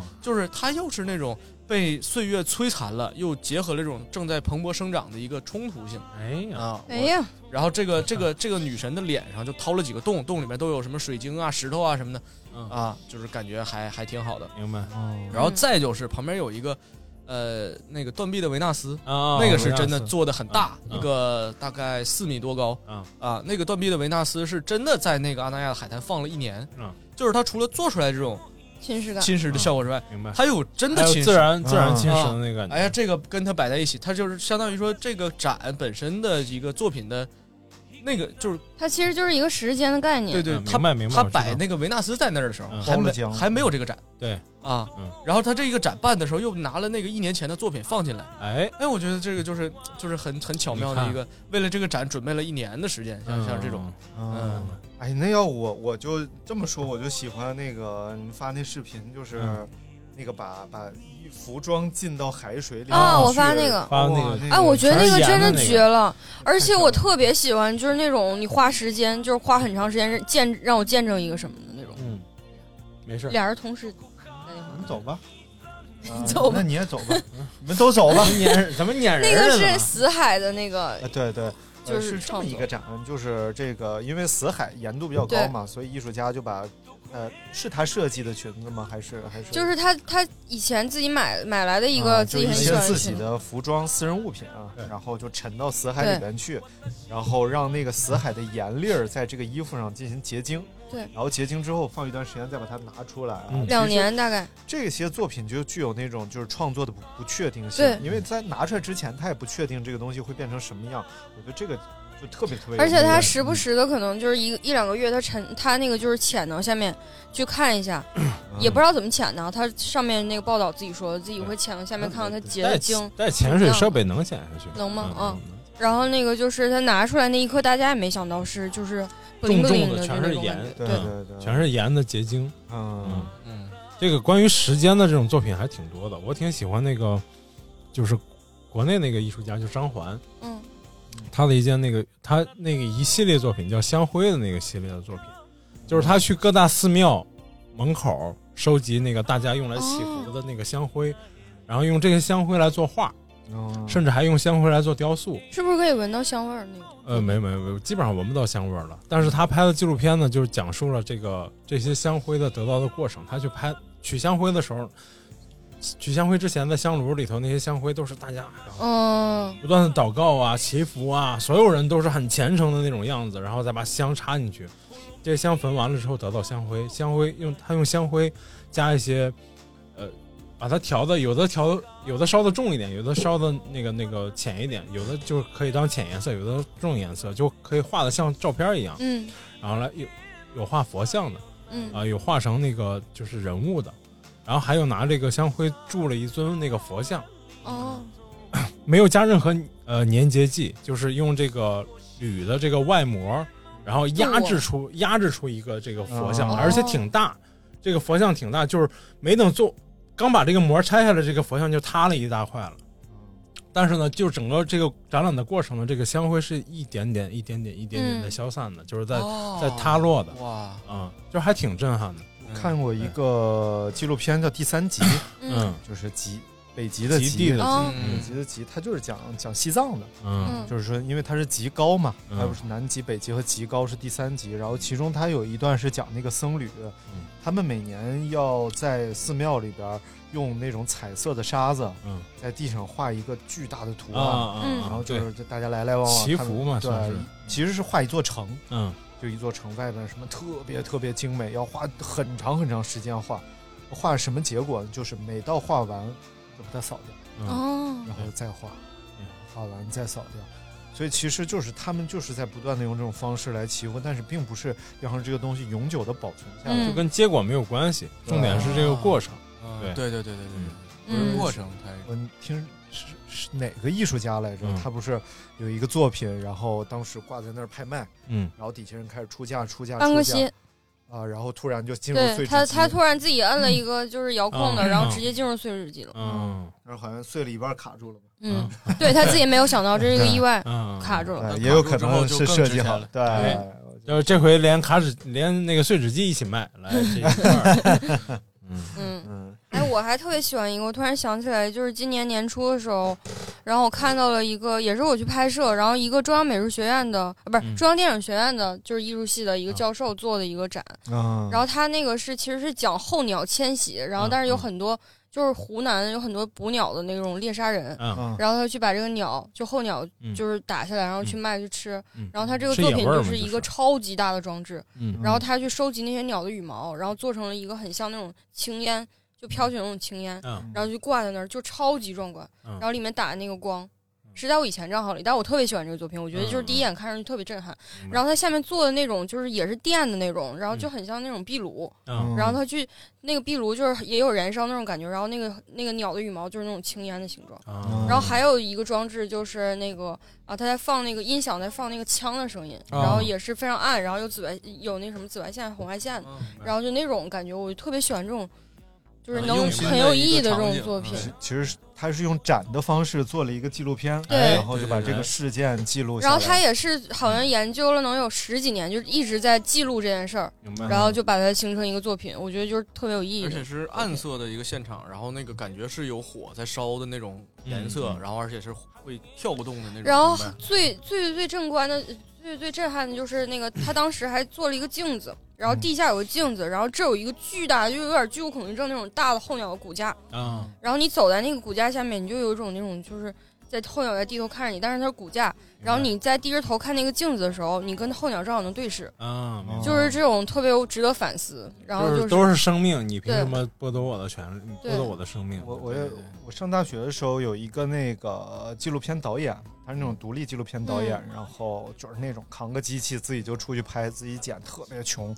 啊，就是它又是那种被岁月摧残了，又结合了这种正在蓬勃生长的一个冲突性。
哎呀，
啊，
哎呀，
然后这个这个这个女神的脸上就掏了几个洞，洞里面都有什么水晶啊、石头啊什么的，
嗯
啊，就是感觉还还挺好的。
明白。
嗯
然后再就是旁边有一个，呃，那个断臂的维纳斯，
啊
那个是真的
维纳斯
做的很大，
嗯
一个大概四米多高，
嗯
啊，那个断臂的维纳斯是真的在那个阿那亚的海滩放了一年，
嗯，
就是它除了做出来这种
侵蚀感，
侵蚀的效果之外，
明白
它有真的
嗯还有
侵蚀，
自然自然侵蚀的那个感觉
啊哎呀，这个跟它摆在一起，它就是相当于说这个展本身的一个作品的，那个就是
它其实就是一个时间的概念。
对
嗯啊
对，它它摆那个维纳斯在那儿的时候，还
包了
没
浆
还没有这个展
对
啊。
嗯
然后他这个展办的时候，又拿了那个一年前的作品放进来。
哎
哎，我觉得这个就是就是很很巧妙的一个，为了这个展准备了一年的时间，像像这种，
嗯，哎，那要我我就这么说，我就喜欢那个你们发那视频，就是
嗯
那个把把衣服装浸到海水里
啊，
面
我
去
发那个，
发那
哇
个
哎，我觉得
全
那个
是盐
真的
那个，
绝了，而且我特别喜欢，就是那种你花时间，就是花很长时间见让我见证一个什么的那种。
嗯，没事，
俩人同时，
你走吧，
你 走吧
那你也 走吧，你们都 走吧
撵怎么撵
那个是死海的那个，
啊，对对，
就
呃
是
是这么
创
一
作
个展，就是这个，因为死海盐度比较
对
高嘛，所以艺术家就把，呃，是他设计的裙子吗？还是还是
就是他他以前自己买买来的一
啊
个
就
自己
一
很喜
些
欢
自
的
己
裙子。
的服装、私人物品啊，然后就沉到死海里边去，然后让那个死海的盐粒儿在这个衣服上进行结晶，
对
然后结晶之后放一段时间再把它拿出来啊
嗯，两年大概。
这些作品就具有那种就是创作的不不确定性
对，
因为在拿出来之前他也不确定这个东西会变成什么样，我觉得这个就特别特别有意思，
而且他时
嗯
不时的可能就是一一两个月，他沉他那个就是潜到下面去看一 下，
嗯
也不知道怎么潜的啊。他上面那个报道自己说，自己会潜到下面看看他结的
带
晶。
带潜水设备能潜下去？
能吗？
嗯
啊，然后那个就是他拿出来那一刻，大家也没想到是就是不灵
重
不灵
重的
就
全
那
是
种
盐
感觉，，
嗯对对
全是盐的结晶。
嗯
嗯，
这个关于时间的这种作品还挺多的，我挺喜欢那个，就是国内那个艺术家，就张环，
嗯，
他的一件那个他那个一系列作品叫香灰的那个系列的作品，就是他去各大寺庙门口收集那个大家用来祈福的那个香灰，然后用这些香灰来做画，
嗯
甚至还用香灰来做雕塑。
是不是可以闻到香味儿那种？
呃，没没没，基本上闻不到香味儿了。但是他拍的纪录片呢，就是讲述了这个这些香灰的得到的过程。他去拍取香灰的时候，取香灰之前，在香炉里头那些香灰都是大家哎
嗯，
不断的祷告啊、祈福啊，所有人都是很虔诚的那种样子，然后再把香插进去。这香焚完了之后得到香灰，香灰用他用香灰加一些，呃，把它调的有的调有的烧的重一点，有的烧的那个那个浅一点，有的就是可以当浅颜色，有的重颜色就可以画的像照片一样。
嗯，
然后来有有画佛像的，
嗯
啊、有画成那个就是人物的，然后还有拿这个香灰铸了一尊那个佛像。
哦，
没有加任何呃粘结剂，就是用这个铝的这个外膜，然后压制出压制出一个这个佛像，
哦
而且挺大，这个佛像挺大，就是没等做，刚把这个膜拆下来，这个佛像就塌了一大块了。但是呢，就整个这个展览的过程呢，这个香灰是一点点、一点点、一点点的
嗯
消散的，就是在、
哦
在塌落的，
哇，
啊、就还挺震撼的。
看过一个纪录片叫《第三集》，
嗯，
就是集北极的
极
极，
地的极
哦
嗯
嗯
北极的极，它就是讲讲西藏的，
嗯
就是说，因为它是极高嘛，
嗯
它不是南极、北极和极高是第三极，然后其中它有一段是讲那个僧侣，
嗯
他们每年要在寺庙里边儿用那种彩色的沙子，
嗯
在地上画一个巨大的图
啊啊
案，
嗯
然后就是就大家来来往往
祈
看
福嘛
对
算是，
其实是画一座城，
嗯，
就一座城外边什么特别特别精美，要花很长很长时间画，画什么结果呢？就是每到画完就把它扫掉，
嗯
哦
然后再画，画完再扫掉。所以其实就是他们就是在不断的用这种方式来祈福，但是并不是要让这个东西永久的保存下
嗯
来，
就跟结果没有关系，重点是这个过程。对
对对对对对，
嗯
有过程它
我听是是哪个艺术家来着？
嗯
他不是有一个作品，然后当时挂在那儿拍卖，
嗯，
然后底下人开始出价出价，
安格
出价
西
啊，然后突然就进入碎
对
纸
他，
机
他突然自己摁了一个就是遥控的，
嗯
然后直接进入碎纸机了。
嗯，
然后好像碎了一半卡住了吧？
嗯，对他自己没有想到这是一个意外
啊嗯，
啊卡住了。
也有可能是设计好的对
哎，就是这回连卡纸连那个碎纸机一起卖， 来这一块儿嗯
嗯，哎，我还特别喜欢一个，我突然想起来，就是今年年初的时候，然后我看到了一个，也是我去拍摄，然后一个中央美术学院的，啊、不是、
嗯
中央电影学院的，就是艺术系的一
嗯
个教授做的一个展，
啊
然后他那个是其实是讲候鸟迁徙，然后
嗯
但是有很多、就是湖南有很多捕鸟的那种猎杀人，
嗯嗯
然后他去把这个鸟就候鸟
嗯
就是打下来，然后去卖去吃，
嗯
然后他这个
吃
作
野
品
味儿
就
嘛
是
就
一个超级大的装置，
嗯
然后他去收集那些鸟的羽毛，然后做成了一个很像那种青烟，就飘起那种青烟，
嗯
然后就挂在那儿，就超级壮观，
嗯
然后里面打的那个光。是在我以前账号里，但我特别喜欢这个作品，我觉得
嗯
就是第一眼看上去特别震撼。然后它下面做的那种就是也是电的那种，然后就很像那种壁炉，
嗯
然后它去那个壁炉就是也有燃烧那种感觉，然后那个那个鸟的羽毛就是那种青烟的形状。
啊
然后还有一个装置就是那个啊，它在放那个音响，在放那个枪的声音，然
啊
后
哦
也是非常暗，然后有紫外有那什么紫外线、红外
嗯
线的，然后就那种感觉，我就特别喜欢这种，就是
很
能
用心的
很有
一
意
个
义的这
场
种
景嗯
作品。
其实是他是用展的方式做了一个纪录片，
对
然后就把
对对对
这个事件记录下
然
来。
后他也是好像研究了能有十几年，就是一直在记录这件事儿
明白，
然
嗯
后就把它形成一个作品，我觉得就是特别有意义
而
的。
且是暗色的一个现场，然后那个感觉是有火在烧的那种颜
嗯
色，然后而且是会跳动的那种。
然后
明白
最最最正观的、最最震撼的就是那个，他当时还做了一个镜子，然后
嗯
地下有个镜子，然后这有一个巨大，就有点巨物恐惧症那种大的候鸟的骨架，
啊，
然后你走在那个骨架下面，你就有一种那种就是在候鸟在低头看着你，但是它是骨架，然后你在低着头看那个镜子的时候，你跟候鸟正好能对视，
啊，明白
就是这种特别有值得反思。然后
就是都是生命，你凭
对
什么剥夺我的权利，
对
剥夺我的生命？
我我也我上大学的时候有一个那个纪录片导演，他
嗯
是那种独立纪录片导演，
嗯
然后就是那种扛个机器自己就出去拍，自己剪，特别穷。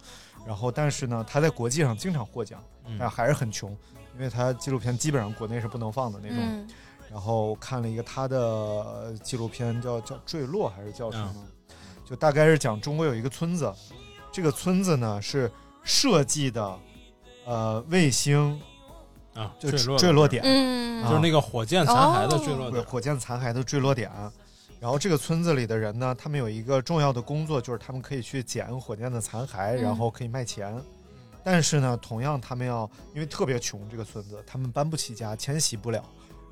然后但是呢，他在国际上经常获奖，
嗯
但还是很穷，因为他纪录片基本上国内是不能放的那种。
嗯
然后看了一个他的呃纪录片叫，叫坠落还是叫什么？就大概是讲中国有一个村子，这个村子呢是设计的，呃，卫星
啊，
就
坠落
坠落嗯
的
点，
嗯
啊
就是那个火箭残骸
哦
的坠落点
对火箭残骸的坠落点。然后这个村子里的人呢，他们有一个重要的工作，就是他们可以去捡火箭的残骸，
嗯
然后可以卖钱。但是呢，同样他们要因为特别穷，这个村子他们搬不起家，迁徙不了，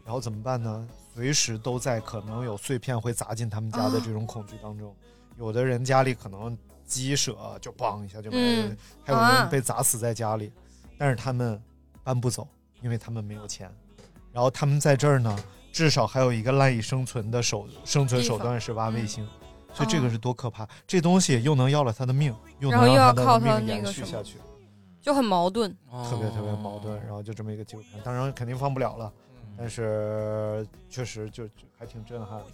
然后怎么办呢？随时都在可能有碎片会砸进他们
哦
家的这种恐惧当中。有的人家里可能鸡舍就梆一下就没了，
嗯
还有人
啊
被砸死在家里，但是他们搬不走，因为他们没有钱。然后他们在这儿呢，至少还有一个赖以生存的手生存手段是挖卫星，所以这个是多可怕！这东西又能要了他的命，又
然后
能
又要
让
靠
的
他
命
那
延
个
续
什
下
么
去，
就很矛盾。
特别
哦
特别矛盾。然后就这么一个纪录片，当然肯定放不了了，但是确实就就还挺震撼的。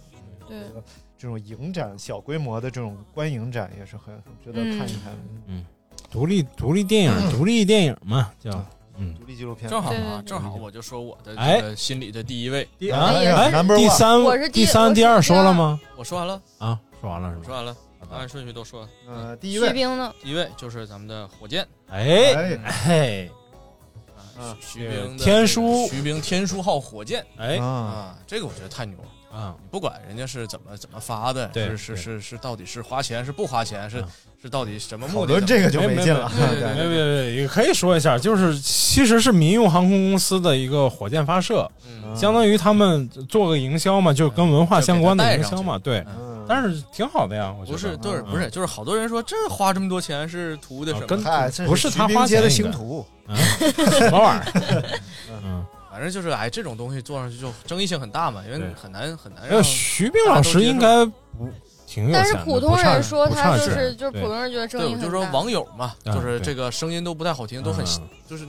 对
嗯
我觉得这种影展小规模的这种观影展也是很很值得看一看的。
嗯，独立独立电
嗯
影，独立电影嘛，叫嗯，
独立纪录片
正好
对对
啊，
对
正好我就说我的
哎
这个心里的第一位，
第啊哎呀哎 number one 第三我是第第三我是第二说了吗
我说完了
啊，说啊完了是
我
吧？
说完了，按顺序都说了。
呃，
第一位徐冰呢？
哎第一位就是咱们的火箭。
哎哎，
啊
嗯徐
对
冰的
天书
徐冰天书号火箭，
哎
啊，这个我觉得太牛了
啊！
你不管人家是怎么怎么发的，
对
是是
对啊
是是，到底是花钱是不花钱，是是到底什么目
讨
的？
论
怎么
没
对对
没
对
没没，也可以说一下，就是其实是民用航空公司的一个火箭发射，
嗯
相当于他们做个营销嘛，就跟文化相关的营销嘛，对。但是挺好的呀，我觉得啊
不是，就是不是，就是好多人说这花这么多钱是图的什么？
跟嗯不是他花钱的嗯 什么玩意儿？嗯，
反正就是哎，这种东西做上去就争议性很大嘛，因为很难很难
呃，
让。
徐冰老师应该不挺有钱
但
的，
是普通
不差
人说
不
他
差
就
钱
是就是普通人觉得争
对，
议
我
很
就说
大
网友嘛，
啊
就是
对啊
这个声音都不太好听，都很
嗯
就是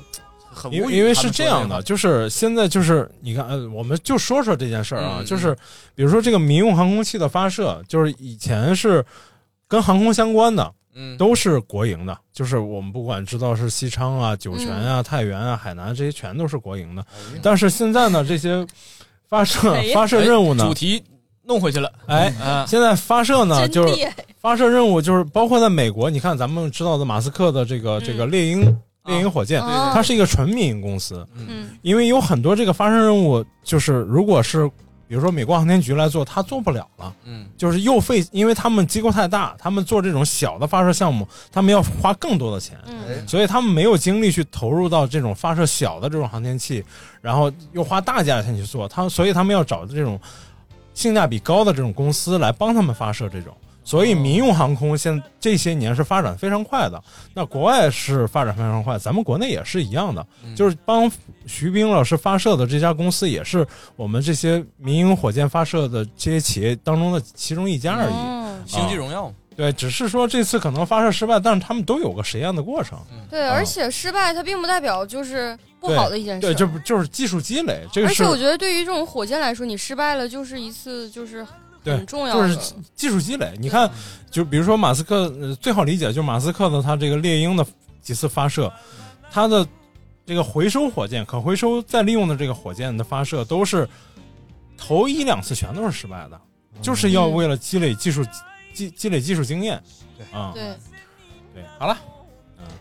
很无语
因为因为
他
是
们
这
说那
样
话
的，就是现在就是你看，呃，我们就说说这件事儿啊，
嗯
就是比如说这个民用航空器的发射，就是以前是跟航空相关的，
嗯
都是国营的，就是我们不管知道是西昌啊、酒泉
嗯
啊、太原啊、海南这些全都是国营的，但是现在呢，这些发射
哎哎呀
发射任务呢，
哎主题弄回去了，
哎
啊，
现在发射呢，
真
就是
厉害
发射任务，就是包括在美国，你看咱们知道的马斯克的这
嗯
个这个猎鹰猎鹰火箭，
对
啊
对对
它是一个纯民营公司，
嗯，
因为有很多这个发射任务，就是如果是比如说美国航天局来做，它做不了了。
嗯，
就是又费，因为他们机构太大，他们做这种小的发射项目，他们要花更多的钱，
嗯
所以他们没有精力去投入到这种发射小的这种航天器，然后又花大价钱去做，他所以他们要找这种性价比高的这种公司来帮他们发射这种。所以民用航空现这些年是发展非常快的，那国外是发展非常快，咱们国内也是一样的，就是帮徐冰老师发射的这家公司也是我们这些民营火箭发射的这些企业当中的其中一家
嗯
而已。
哦
啊
星际荣耀嘛，
对，只是说这次可能发射失败，但是他们都有个实验的过程。
对，而且失败它并不代表就是不
啊对
好的一件事。
对，就不就是技术积累，这个
而
是
且我觉得对于这种火箭来说，你失败了就是一次就是
对
很重要
就
的。
是技术积累。你
嗯
看，就比如说马斯克，呃最好理解就是马斯克的他这个猎鹰的几次发射，
嗯
他的这个回收火箭可回收再利用的这个火箭的发射，都是头一两次全都是失败的，就是要为了积累技术积积累技术经验。啊，
对，
对，好了，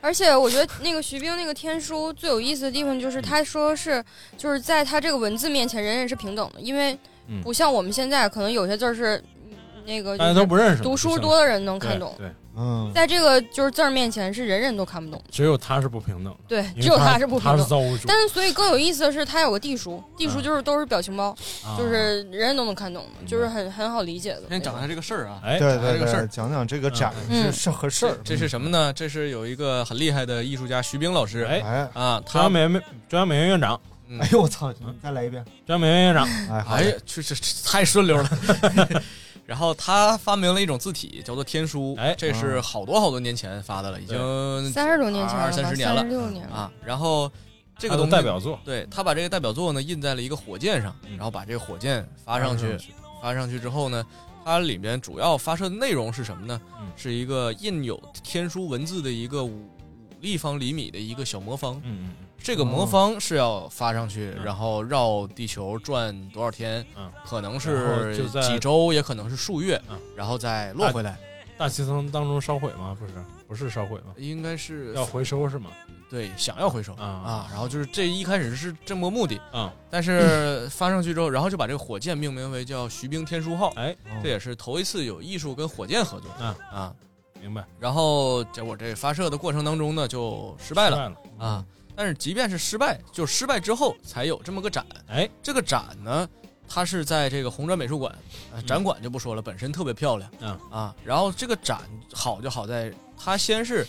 而且我觉得那个徐冰那个天书最有意思的地方
嗯
就是，他说是就是在他这个文字面前，人人是平等的，因为
嗯
不像我们现在可能有些字儿是嗯那个
大家都不认识嘛，
读
就
书
像
多的人能看懂，
对，对嗯
在这个就是字儿面前是人人都看不懂的。
只有他是不平等的，
对，
因为
只有
他
是不平
他
等
是造物主。
但是所以更有意思的是，它有个地书，地书就是都是表情包，
啊嗯
就是人人都能看懂的，就是很很好理解的。
先讲一下这个事儿啊，
哎对
讲一下这
对
个事
对，
儿，
讲讲这个展
嗯
是是嗯和事儿，
这是什么呢？这是有一个很厉害的艺术家徐冰老师，
哎
啊，
中
他嗯
央美院中央美院院长，
哎呦我操，你再来一遍，
中央美院院长，
哎呀，这这这太顺溜了。 然后他发明了一种字体，叫做天书，哎，这是好多好多年前发的了，已经
三十多年前了吧
二三十年了，
36年了
啊。然后这个
他的
东西
啊代表作，
对他把这个代表作呢印在了一个火箭上，然后把这个火箭发上
发
去
上去，
发上去之后呢，它里面主要发射的内容是什么呢？是一个印有天书文字的一个五五立方厘米的一个小魔方，
嗯嗯。
这个魔方是要发上去，然后绕地球转多少天？可能
嗯然后
是
就在嗯啊
几周，也可能是数月，然后再落回来。
大气层当中烧毁吗？不是，不是烧毁吗？
应该是
要回收是吗？
对，想要回收
啊
然后就是这一开始是这么目的
啊，
但是发上去之后，然后就把这个火箭命名为叫徐冰天书号。
哎，
这也是头一次有艺术跟火箭合作
啊
啊。
明白。
然后结果这发射的过程当中呢，就失败了
失败了
啊。但是即便是失败，就失败之后才有这么个展。
哎，
这个展呢，它是在这个红砖美术馆，呃展馆就不说了，本身特别漂亮。
嗯
啊，然后这个展好就好在它先是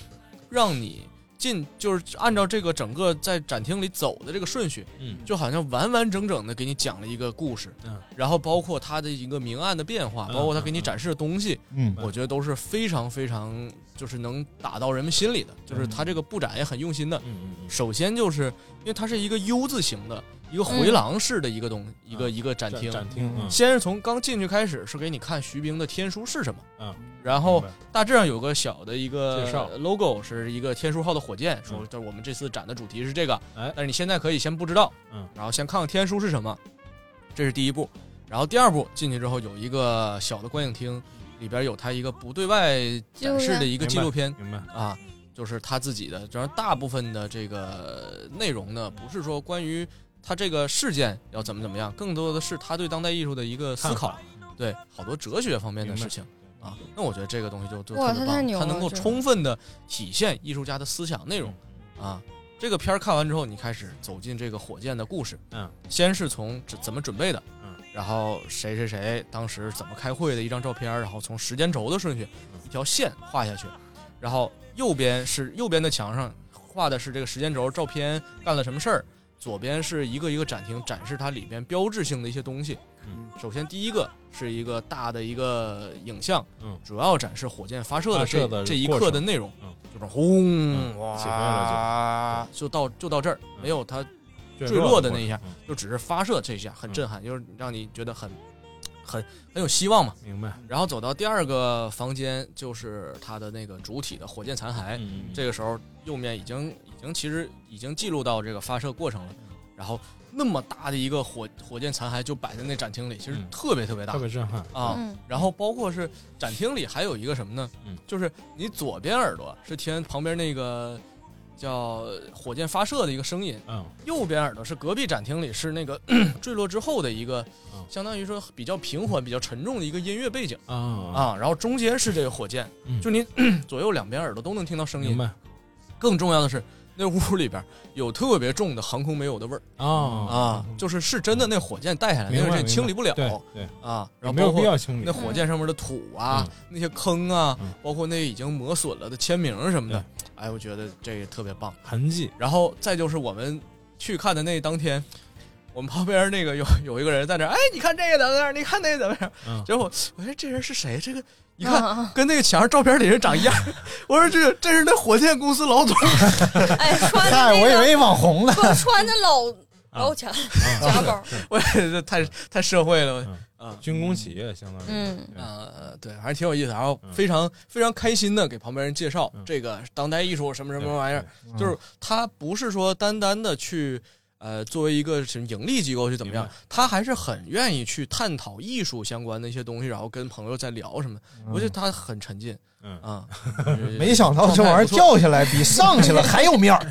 让你进，就是按照这个整个在展厅里走的这个顺序，
嗯
就好像完完整整的给你讲了一个故事，
嗯，
然后包括它的一个明暗的变化，
嗯
包括它给你展示的东西，
嗯
我觉得都是非常非常就是能打到人们心里的，就是它这个布展也很用心的，
嗯嗯
首先就是因为它是一个 U 字形的一个回廊式的一个东、一个一个展厅，
嗯展厅嗯
先是从刚进去开始是给你看徐冰的天书是什么，
嗯，
然后大致上有个小的一个
介绍
logo 是一个天书号的火箭，说
嗯
就是我们这次展的主题是这个，
哎
但是你现在可以先不知道，
嗯，
然后先看看天书是什么，这是第一步，然后第二步进去之后有一个小的观影厅，里边有它一个不对外展示的一个纪录片，
明白明
啊，就是他自己的，然后大部分的这个内容呢，不是说关于他这个事件要怎么怎么样，更多的是他对当代艺术的一个思考，对好多哲学方面的事情啊。那我觉得这个东西就就
哇
特别
他太
棒，
牛
它能
了
够
这
充分的体现艺术家的思想内容
嗯
啊。这个片儿看完之后，你开始走进这个火箭的故事，
嗯，
先是从怎怎么准备的，嗯，然后谁谁谁当时怎么开会的一张照片，然后从时间轴的顺序
嗯
一条线画下去，然后右边是右边的墙上画的是这个时间轴照片干了什么事儿，左边是一个一个展厅展示它里边标志性的一些东西。
嗯，
首先第一个是一个大的一个影像，
嗯，
主要展示火箭发射
发
的
射
这
的
这一
过
刻
程
的内容，
嗯，
就是轰
嗯
哇，
起飞了嗯
就到就到这儿，没有它
坠
坠
落
落
的
的
过
那一下
程，嗯
就只是发射这一下，很震撼，就是让你觉得很很很有希望嘛。
明白。
然后走到第二个房间，就是它的那个主体的火箭残
嗯
骸。哎这个时候右面已经已经其实已经记录到这个发射过程了。
嗯
然后那么大的一个火火箭残骸就摆在那展厅里，其实特别特别大，
嗯特别震撼
啊
嗯。
然后包括是展厅里还有一个什么呢？就是你左边耳朵是听旁边那个叫火箭发射的一个声音，
嗯，
右边耳朵是隔壁展厅里是那个 坠落之后的一个，
嗯
相当于说比较平缓、比较沉重的一个音乐背景
啊
啊，然后中间是这个火箭，就你 左右两边耳朵都能听到声音。
嗯明白。
更重要的是，那屋里边有特别重的航空煤油的味儿
哦
啊，就是是真的那火箭带下来，
明白
但是
明
这
白
清理不了，
对对
啊，然
也
后
没有
包括
必要清理
那
嗯
火箭上面的土啊，那些坑啊，包括那已经磨损了的签名什么的，哎，我觉得这个特别棒，
痕迹。
然后再就是我们去看的那当天。我们旁边那个有有一个人在那儿，哎，你看这个怎么样？你看那个怎么样？
嗯
结果我我说这人是谁？这个一
啊嗯
看跟那个墙上照片里人长一样。 我说这这是那火箭公司老总。
嗯 哎穿
嗨，我以为网红呢。
不穿的 老
啊
啊
老假假包，
我这太太社会了啊！
军工企业相当于
嗯
呃对，还是挺有意思的。然后非常非常开心的给旁边人介绍这个当代艺术什么什么玩意儿，就是他不是说单单的去呃作为一个什么盈利机构去怎么样，他还是很愿意去探讨艺术相关的一些东西，然后跟朋友在聊什么。我觉得他很沉浸，
嗯
啊，
没想到这玩意儿掉下来比上去了还有面儿，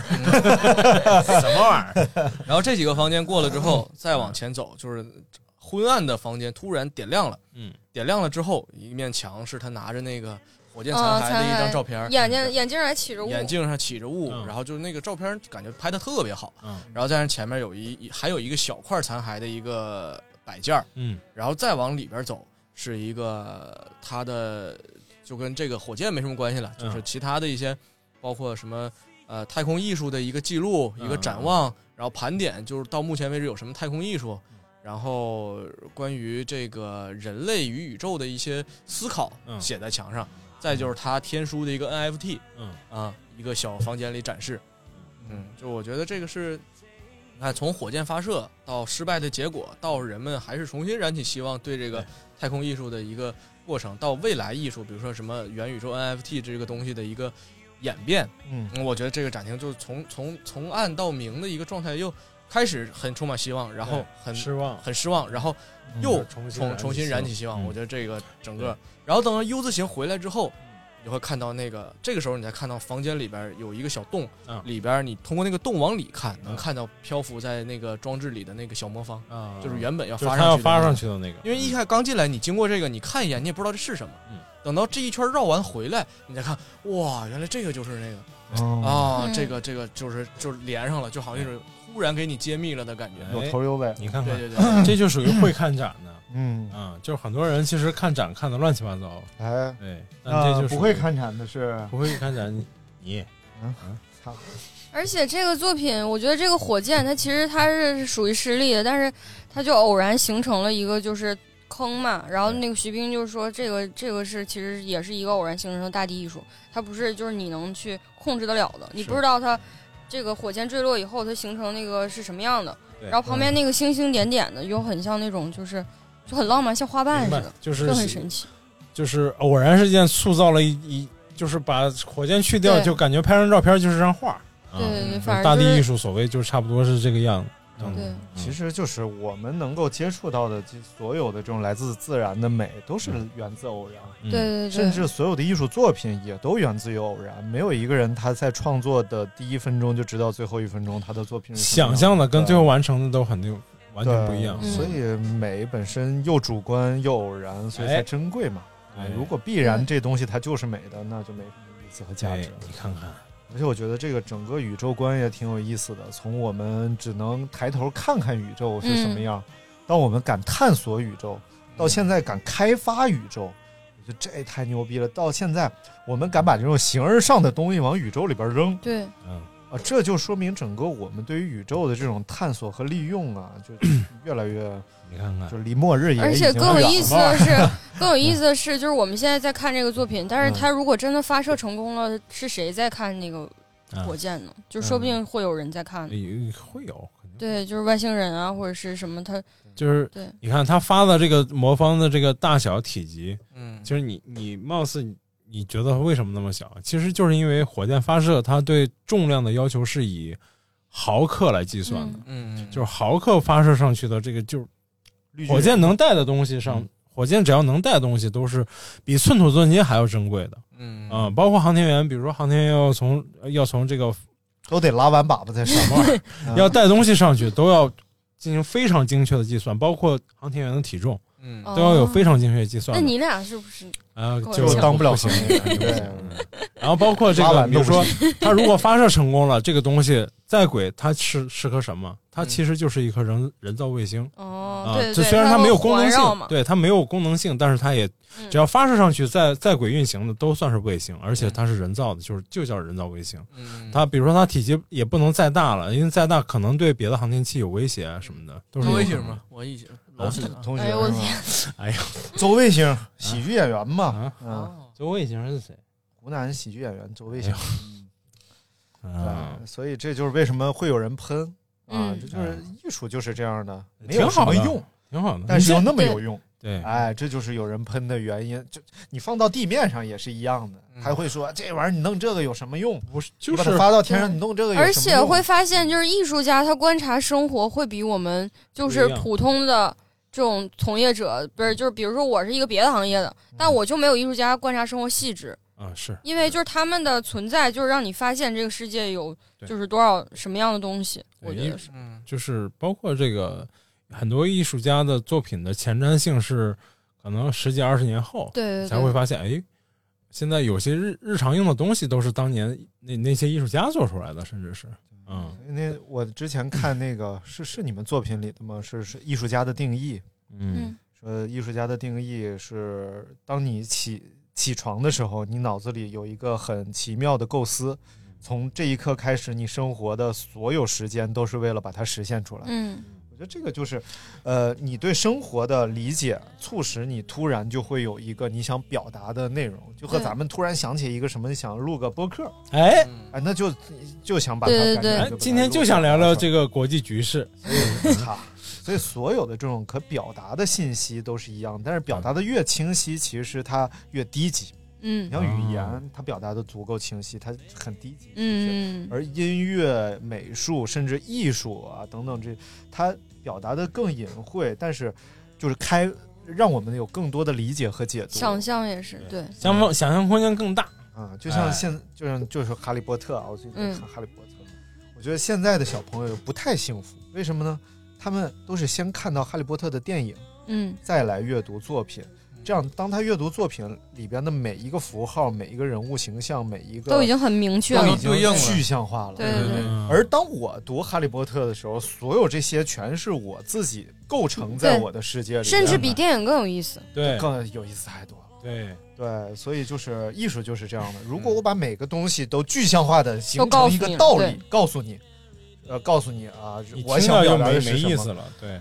什么玩 意儿？ 然后这几个房间过了之后，再往前走，就是昏暗的房间突然点亮了。
嗯，
点亮了之后，一面墙是他拿着那个火箭
啊
残骸的一张照片儿，
眼睛眼镜还起着雾，
眼镜上起着雾，然后就是那个照片感觉拍的特别好。
嗯，
然后再上前面有一还有一个小块残骸的一个摆件儿
嗯，
然后再往里边走是一个它的就跟这个火箭没什么关系了，
嗯
就是其他的一些包括什么呃太空艺术的一个记录、
嗯
一个展望，然后盘点就是到目前为止有什么太空艺术，
嗯
然后关于这个人类与宇宙的一些思考
嗯
写在墙上，再就是他天书的一个 NFT，
嗯
啊一个小房间里展示，嗯，就我觉得这个是。你看，从火箭发射到失败的结果，到人们还是重新燃起希望，对这个太空艺术的一个过程，到未来艺术，比如说什么元宇宙 NFT 这个东西的一个演变，
嗯
我觉得这个展厅就是从从从暗到明的一个状态，又开始很充满希望，然后
对
很
失望
很失望，然后又
嗯重新燃
重
起
重新
希
燃
望
起希望。
嗯
我觉得这个整个，然后等到 U 字形回来之后。你会看到那个，这个时候你才看到房间里边有一个小洞，
嗯
里边你通过那个洞往里看，能看到漂浮在那个装置里的那个小魔方，
啊
就是原本要
就是
发
他
上去
要
的
发
那个
上去的那个
因为一开始刚进来，你经过这个，你看一眼，你也不知道这是什么。等到这一圈绕完回来，你再看，哇，原来这个就是那个。啊，
嗯
这个这个就是就是连上了，就好像是忽然给你揭秘了的感觉，
哎
嗯有头有尾
你看看，
对对对，
这就属于会看展的。
嗯
啊，就是很多人其实看展看的乱七八糟。
哎，
对，但这
那
就嗯属
不
于
会看展的是
不会看展，你你
嗯，操，
而且这个作品，我觉得这个火箭它其实它是属于失利的，但是它就偶然形成了一个就是坑嘛。然后那个徐冰就说，这个这个是其实也是一个偶然形成的大地艺术，它不是就是你能去控制得了的，你
是
不知道它这个火箭坠落以后它形成那个是什么样的。
对嗯
然后旁边那个星星点点的又很像那种就是就很浪漫，像花瓣似
明
的
白，就是
就很神奇。
就是偶然事件塑造了一一，就是把火箭去掉，
对
就感觉拍张照片就是张画。啊
对对对
就是
反正
大
就是
地艺术所谓就差不多是这个样子。
对
嗯其实就是我们能够接触到的，就所有的这种来自自然的美，都是源自偶然。
嗯对对对
甚至所有的艺术作品也都源自于偶然，没有一个人他在创作的第一分钟就知道最后一分钟他的作品是什么样
想
的
象的跟最后完成的都很有完全
对
不一样。
嗯
所以美本身又主观又偶然，所以才珍贵嘛。
哎
啊如果必然这东西它就是美的，那就没什么意思和价值。
哎你看看，
而且我觉得这个整个宇宙观也挺有意思的。从我们只能抬头看看宇宙是
嗯
什么样，到我们敢探索宇宙，
嗯
到现在敢开发宇宙，我觉得这太牛逼了。到现在我们敢把这种形而上的东西往宇宙里边扔，
对，
嗯，
啊，这就说明整个我们对于宇宙的这种探索和利用啊， 就越来越，
你看看，
就离末日也
而且
已经
更有
远
意思
了
的是， 更有意思
嗯
的是，就是我们现在在看这个作品，但是
嗯
它如果真的发射成功了，是谁在看那个
嗯
火箭呢？就说不定会有人在看。
也哎会有，
对，就是外星人啊，或者是什么他，
就是
对
你看他发的这个魔方的这个大小体积，
嗯，
就是你你貌似你你觉得为什么那么小，其实就是因为火箭发射它对重量的要求是以毫克来计算的，
嗯嗯
就是毫克发射上去的这个就是火箭能带的东西上，火箭只要能带的东西都是比寸土寸金还要珍贵的，
嗯
啊、包括航天员，比如说航天员要从要从这个
都得拉完粑粑再上 嗯
班，要带东西上去都要进行非常精确的计算，包括航天员的体重，
嗯
都要有非常精确的计算
哦那
的。
你俩是不是？
啊，
跟我
就
一样
当不了
行
行
李
李
员
对
嗯 然后包括这
拉
个，
完
比如
都不
说
行
它如果发射成功了，这个东西在轨，它是是颗什么？
嗯
它其实就是一颗人人造卫星。
哦
啊
对，
这
对
虽然
它
它
会
没有功能
环绕
性
嘛，嗯
对它没有功能性，但是它也只要发射上去，在在轨运行的都算是卫星，而
嗯
且它是人造的，就是就叫人造卫星。
嗯
它比如说它体积也不能再大了，因为再大可能对别的航天器有威胁啊什么的，都是
同
有
卫
可
星
能
吗？我一起
啊
老师呢
同学
哎呦我
是
天
吧，
哎呀，
周卫星，喜剧演员嘛
啊，
嗯，
周卫星是谁？
湖南喜剧演员周卫星
哎呦，哎啊
嗯，对所以这就是为什么会有人喷啊
嗯，
这就是艺术就是这样的，没
挺
有什
好
么
的
用，
挺好的
但是
你
又
这
那么
对
有用，
对
哎，这就是有人喷的原因，就你放到地面上也是一样的，还会说这玩意儿你弄这个有什么用？
嗯不是，
就是
把它发到天上，你弄这个有
而
什么
且
用啊
会发现，就是艺术家他观察生活会比我们就是
不一样
普通的这种从业者，不是就是比如说我是一个别的行业的，但我就没有艺术家观察生活细致，
啊是
因为就是他们的存在就是让你发现这个世界有
对
就是多少什么样的东西，我
对
觉
艺
得是，
嗯
就是包括这个很多艺术家的作品的前瞻性是可能十几二十年后，
对对对
才会发现，哎，现在有些日日常用的东西都是当年那那些艺术家做出来的，甚至是，嗯，
那我之前看那个是是你们作品里的吗？是是艺术家的定义，
嗯，
说艺术家的定义是当你起起床的时候，你脑子里有一个很奇妙的构思，
嗯
从这一刻开始，你生活的所有时间都是为了把它实现出来。
嗯，
我觉得这个就是，呃，你对生活的理解，促使你突然就会有一个你想表达的内容，就和
对
咱们突然想起一个什么，想录个播客，
哎
哎，那就就想把它赶紧就把
哎
它
今天
录
就
下
想
来
聊聊这个国际局势，
哈，所以所有的这种可表达的信息都是一样，但是表达的越清晰，其实它越低级。
嗯
你像语言，它表达的足够清晰，它很低级。
嗯
而音乐、美术甚至艺术啊等等这，它表达的更隐晦，但是就是开让我们有更多的理解和解读。
想象也是对，嗯
想象想象空间更大
啊，就像
哎
现，就像就是《哈利波特》啊，我最近在
嗯
看《哈利波特》我觉得现在的小朋友不太幸福，为什么呢？他们都是先看到《哈利波特》的电影，
嗯
再来阅读作品。这样，当他阅读作品里边的每一个符号、每一个人物形象、每一个
都已经很明确了
都已经
对应了
具象化了。
对对对嗯
而当我读《哈利波特》的时候，所有这些全是我自己构成在
对
我的世界里，
甚至比电影更有意思，
对
更有意思还多。
对
对，所以就是艺术就是这样的。如果
嗯
我把每个东西都具象化的形
都告
成
诉
一
你
个道
对
理，告诉你，呃，告诉你啊
你，
我
听
想
到
表
就
达
没
的是
没
什
意
么
思了，对，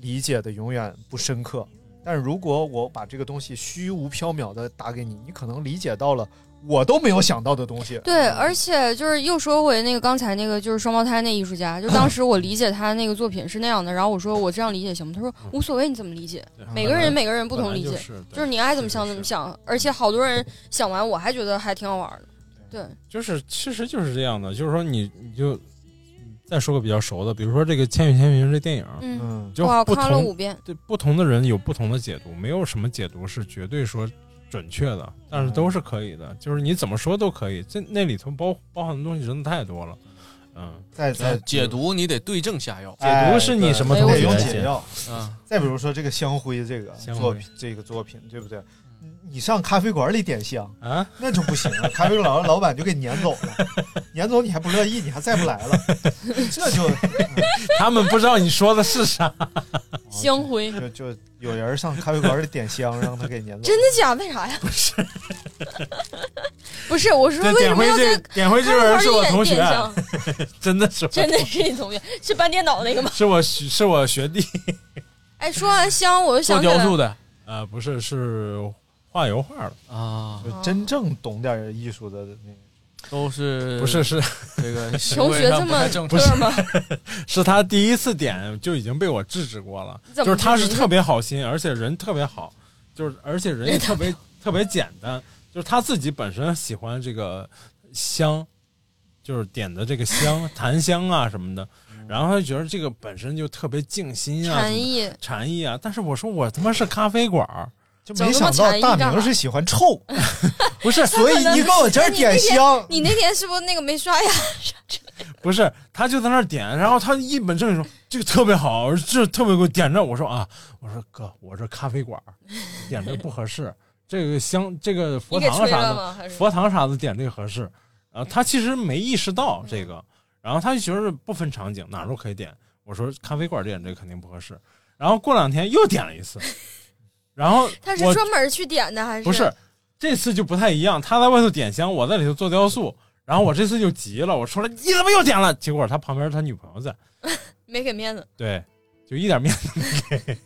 理解的永远不深刻。但是如果我把这个东西虚无缥缈的打给你，你可能理解到了我都没有想到的东西。
对，而且就是又说回那个刚才那个就是双胞胎那艺术家，就当时我理解他那个作品是那样的，然后我说我这样理解行吗？他说无所谓，你怎么理解？每个
嗯啊本来
人每个人不同理解，
本来就是对
你爱怎么想怎么想。而且好多人想完我还觉得还挺好玩的，对，
就是其实就是这样的，就是说你你就再说个比较熟的，比如说这个《千与千寻》这电影，
嗯
就
哇我
不
看了
同哦
五遍
对不同的人有不同的解读，没有什么解读是绝对说准确的，但是都是可以的，就是你怎么说都可以。这那里头包包含的东西真的太多了，嗯。
再再
解读你得对症下药，
哎对
东
得
西
用
来
解
解
药
嗯。
再比如说这个香灰这个
香
作
灰
品，这个作品对不对？你你上咖啡馆里点香
啊，
那就不行了，咖啡馆老老板就给撵走了，撵走你还不乐意，你还再不来了，这就
他们不知道你说的是啥。
香灰，
就就有人上咖啡馆里点香，让他给撵走
真。的假的？为啥呀？不是， 不是，我说 为什
这
么
点回
要在
这点回这
咖
个
啡馆
人是我
里
同学啊
点香，
真的是我
真的是你同学，是搬电脑那 个吗？
是我学是我 学弟
哎，说完香，我就想
做
起来
雕塑的，呃，不是是画油画的
啊
就真正懂点艺术的那个，
都是
不是是
这个
同学这么
正
不
常
是
吗？
是他第一次点就已经被我制止过了，
怎
就
么
是他
制
是
止
特别好心，而且人特别好，就是而且 人也特别特别简单，就是他自己本身喜欢这个香，就是点的这 个香檀香啊什么的，然后他觉得这个本身就特别 静心
嗯
啊，
禅
什么
意
禅意啊，但是我说我他妈是咖啡馆儿。
就
没想到大明是
喜欢 臭，
不是，
他可能哎你那天，你那天是不是那个没刷牙？
不是，他就在那儿点，然后他一本正经说这个特别好，这特别给我点着。我说啊，我说哥，我这咖啡馆儿点这不合适，这个香这个佛堂
你给吹
啥
了吗还
的，
是
佛堂啥的点这个合适。然后他其实没意识到这
嗯
个，然后他就觉得不分场景哪儿都可以点。我说咖啡馆儿点这个肯定不合适。然后过两天又点了一 次，然后
他是
我
专门去点的还是？
不是，这次就不太一样。他在外头点香，我在里头做雕塑。然后我这次就急了，我出来你怎么又点了？结果他旁边他女朋友在，
没给面子，
对，就一点面 子没给。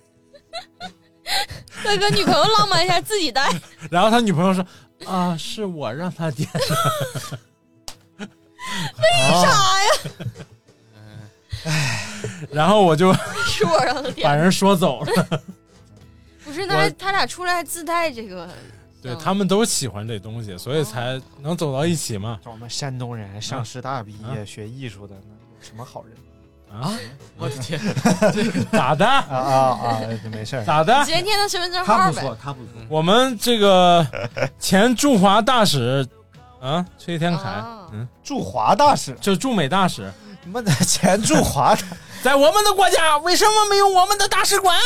那跟女朋友浪漫一下，自己带。
然后他女朋友说：“啊，是我让他点的。”
为啥呀？
然后我就
是我让他点的
把人说走了。
不是，那
我
他俩出来还自带这个，
对他们都喜欢这东西，所以才能走到一起嘛。
我们山东人上师大毕业学艺术的，那有什么好人
啊？
我的天
咋的
啊啊啊！没事儿
咋的？
截天的身份证号呗。
他不错。
我们这个前驻华大使啊，崔天凯，
哦
嗯，
驻华大使
就驻美大使，
你们的前驻华 大，
在我们的国家为什么没有我们的大使馆？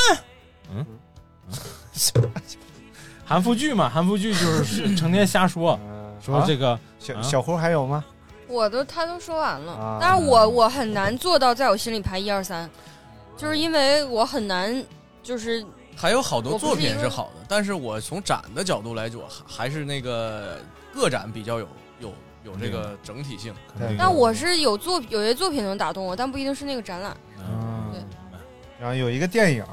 嗯，韩复榘嘛，韩复榘就是成天瞎
啊
说，说这个
小小胡还有吗？
我都他都说完了
啊，
但是我我很难做到在我心里排一二三，就是因为我很难，就是
还有好多
我不是
作品
因
是
为
好的，但是我从展的角度来讲，还还是那个个展比较有有有这个整体性。
但我是有作有些作品能打动我，但不一定是那个展览。
啊
啊
对
嗯
然后有一个电影，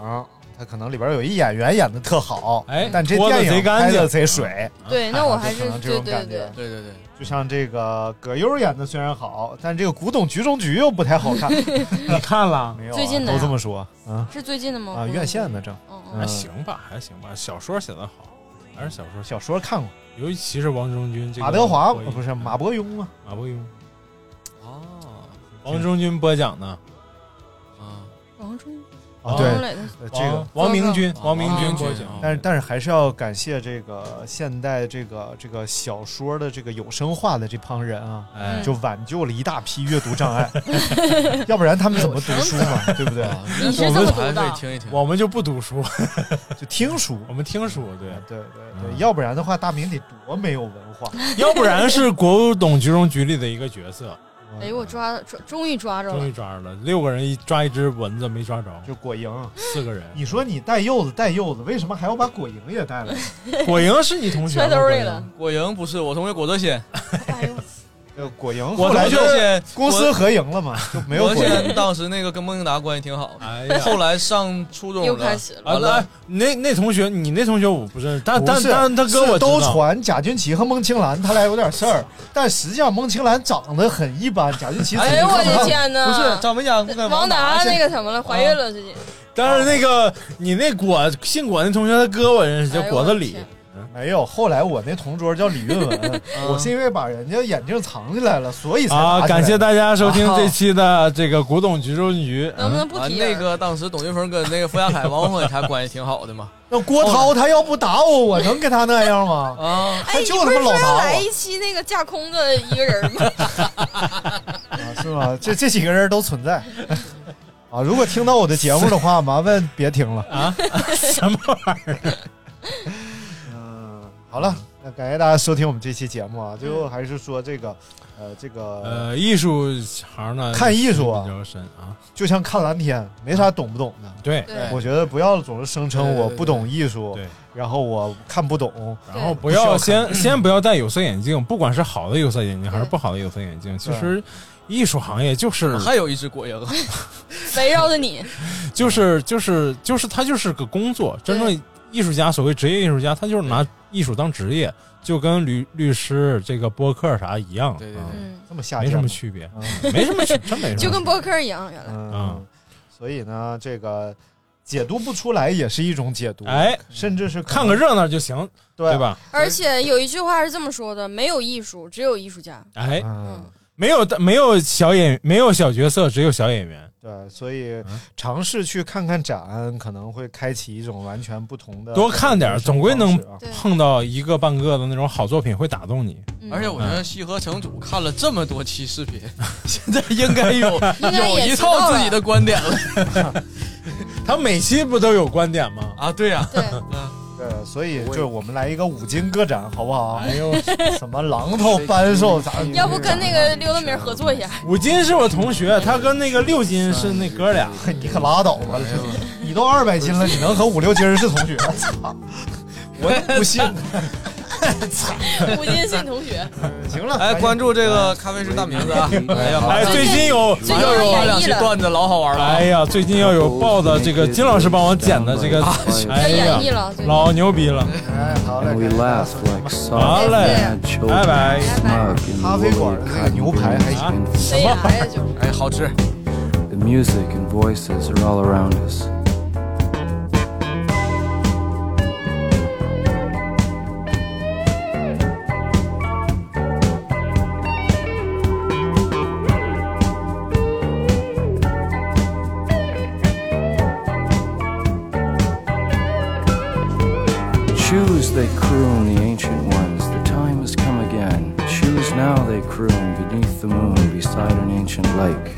它可能里边有一演员演的特好，
哎
但这
播得
电
贼
影
干
拍的
净
贼水。
对哎那我还是
啊就可能这种
对对
感
对
觉。
对对对，
就像这个葛优演的虽然好，但这个古董局中局又不太好 看。
你看了
没有啊？
最近的呀哦
都这么说啊？
是最近的吗？嗯
啊，院线的正
还行吧，还行吧，小说写的好，还是小说，
小说看过，
尤其是王中军这个
马德华哦
播音嗯
不是马伯庸吗？
马伯庸，
哦，
王中军播讲的，
啊，
王中
哦
啊，对
王磊的，
呃这个
王明君，王明君
王明
播
君
讲，
但是但是还是要感谢这个现代这个这个小说的这个有声化的这帮人啊，
哎
就挽救了一大批阅读障碍， 要不然他们怎么读书嘛，对 不对？
你是这么读的我啊们还得听一听
我们就不读书，
就听书，
哦
我们听书，对
对
嗯
对对，要不然的话，大明得多没有文化，
要不然是古董局中局里的一个角色，
哎呦，我抓抓，终于抓着
终于
了。
抓着了，六个人一抓一只蚊子没抓着，
就果蝇，
四个人，
你说你带柚子带柚子，为什么还要把果蝇也带来？
果蝇是你同学吗
揣兜里了。
果蝇不是我同学果德鲜，
这果蝇
我
后来
同
就
学
公司合营了嘛，就没有
我
果
现在
蝇。
当时那个跟孟英达关系挺好的，
哎呀
后来上初中
又开始
完
啊，
了
那那那同学，你那同学我不认识，但
不
但
是
但他哥我
是都
知道
传贾俊奇和孟青兰他俩有点事儿，但实际上孟青兰长得很一般，贾俊奇
哎呦我的天哪！
不是咱们讲跟
王达
达
那个什么了，怀孕了最近。
但是那个你那果姓果那同学他哥我认识，叫
哎呦
果
我
子
的
李
天，
嗯，
没有，后来我那同桌叫李运文 我是因为把人家眼镜藏起来了，所以才拿
嗯啊，
起来
感谢大家收听这
啊
期的这个古董局中局。能不能
啊，那个当时董云峰跟那个傅亚凯、王慧他关系挺好 的嘛。
那郭涛他要不打我，我能跟他那样吗？
啊，
还就
哎你
他
不
妈
是
老啊
说要
打
来
我
一期那个架空的一个人吗？
啊，是吗？这这几个人都存在 啊。如果听到我的节目的话，麻烦别听了
啊，什么玩意儿？嗯
好了，那感谢大家收听我们这期节目啊。最后还是说这个，呃，这个
呃，艺术行呢，
看艺术啊
比较深啊。
就像看蓝天，没啥懂不懂的。
对对
我觉得不要总是声称我不懂艺术，
对
然后我看不懂，
然后不要先先不要戴有色眼镜，不管是好的有色眼镜还是不好的有色眼镜，其实艺术行业就是
还有一只果蝇，
嗯
围绕着你，
就是就是就是他就是个工作，真正艺术家所谓职业艺术家，他就是拿艺术当职业，就跟律律师、这个播客啥一样，对对
嗯
这么下
没
贱
什么
吗
区别，没什么区，真没什么区别，
就跟播客一样，原来。
嗯，所以呢，这个解读不出来也是一种解读，
哎，
甚至是
看个热闹就行，
对
对吧？
而且有一句话是这么说的：没有艺术，只有艺术家。
哎，
嗯
没有没有小演没有小角色，只有小演员。
对，所以尝试去看看展，可能会开启一种完全不同的。
多看点儿，总归能
啊
碰到一个半个的那种好作品，会打动你。
而且我觉得西河城主看了这么多期视频， 现在应该有
应该
有
也
一
知道
套
了
自己的观点 了。
他每期不都有观点吗？
啊，对呀，
对，
对，所以就是我们来一个五金个展，好不好？
哎呦，
什么榔头、扳手，咱们
要不跟那个刘德明合作一下？
五金是我同学，他跟那个六金是那哥俩。
你可拉倒吧！你都二百斤了，你能和五六斤人是同学？ 操！我也不信。操！
吴金信同学，
行了，
哎，关注这个咖啡师大名字啊！哎呀，
嗯哎，最近有
马上
又
有两期段子老好玩了。
哎呀，最近要有报的这个金老师帮我剪的这个，
啊
哎呀
演绎了最，近
老牛逼了。
And we laugh like
好
soft
嘞
mad，children.
拜拜。
Snark in
咖啡馆的那个牛排还行，
所以来呀就。
哎，好吃。
The music and voices are all around us. Choose, they croon, the ancient ones. The time has come again. Choose now, they croon, beneath the moon, beside an ancient lake.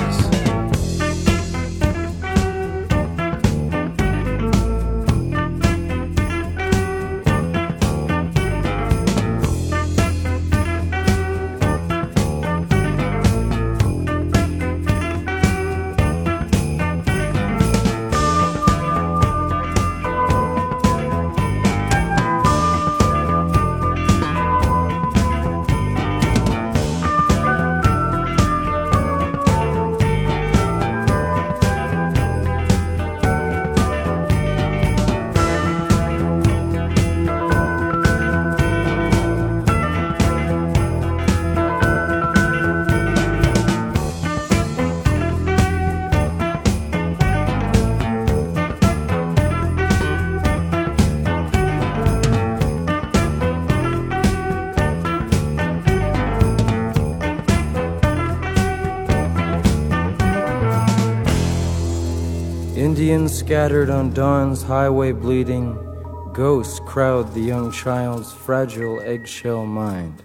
Indians scattered on dawn's highway bleeding, ghosts crowd the young child's fragile eggshell mind.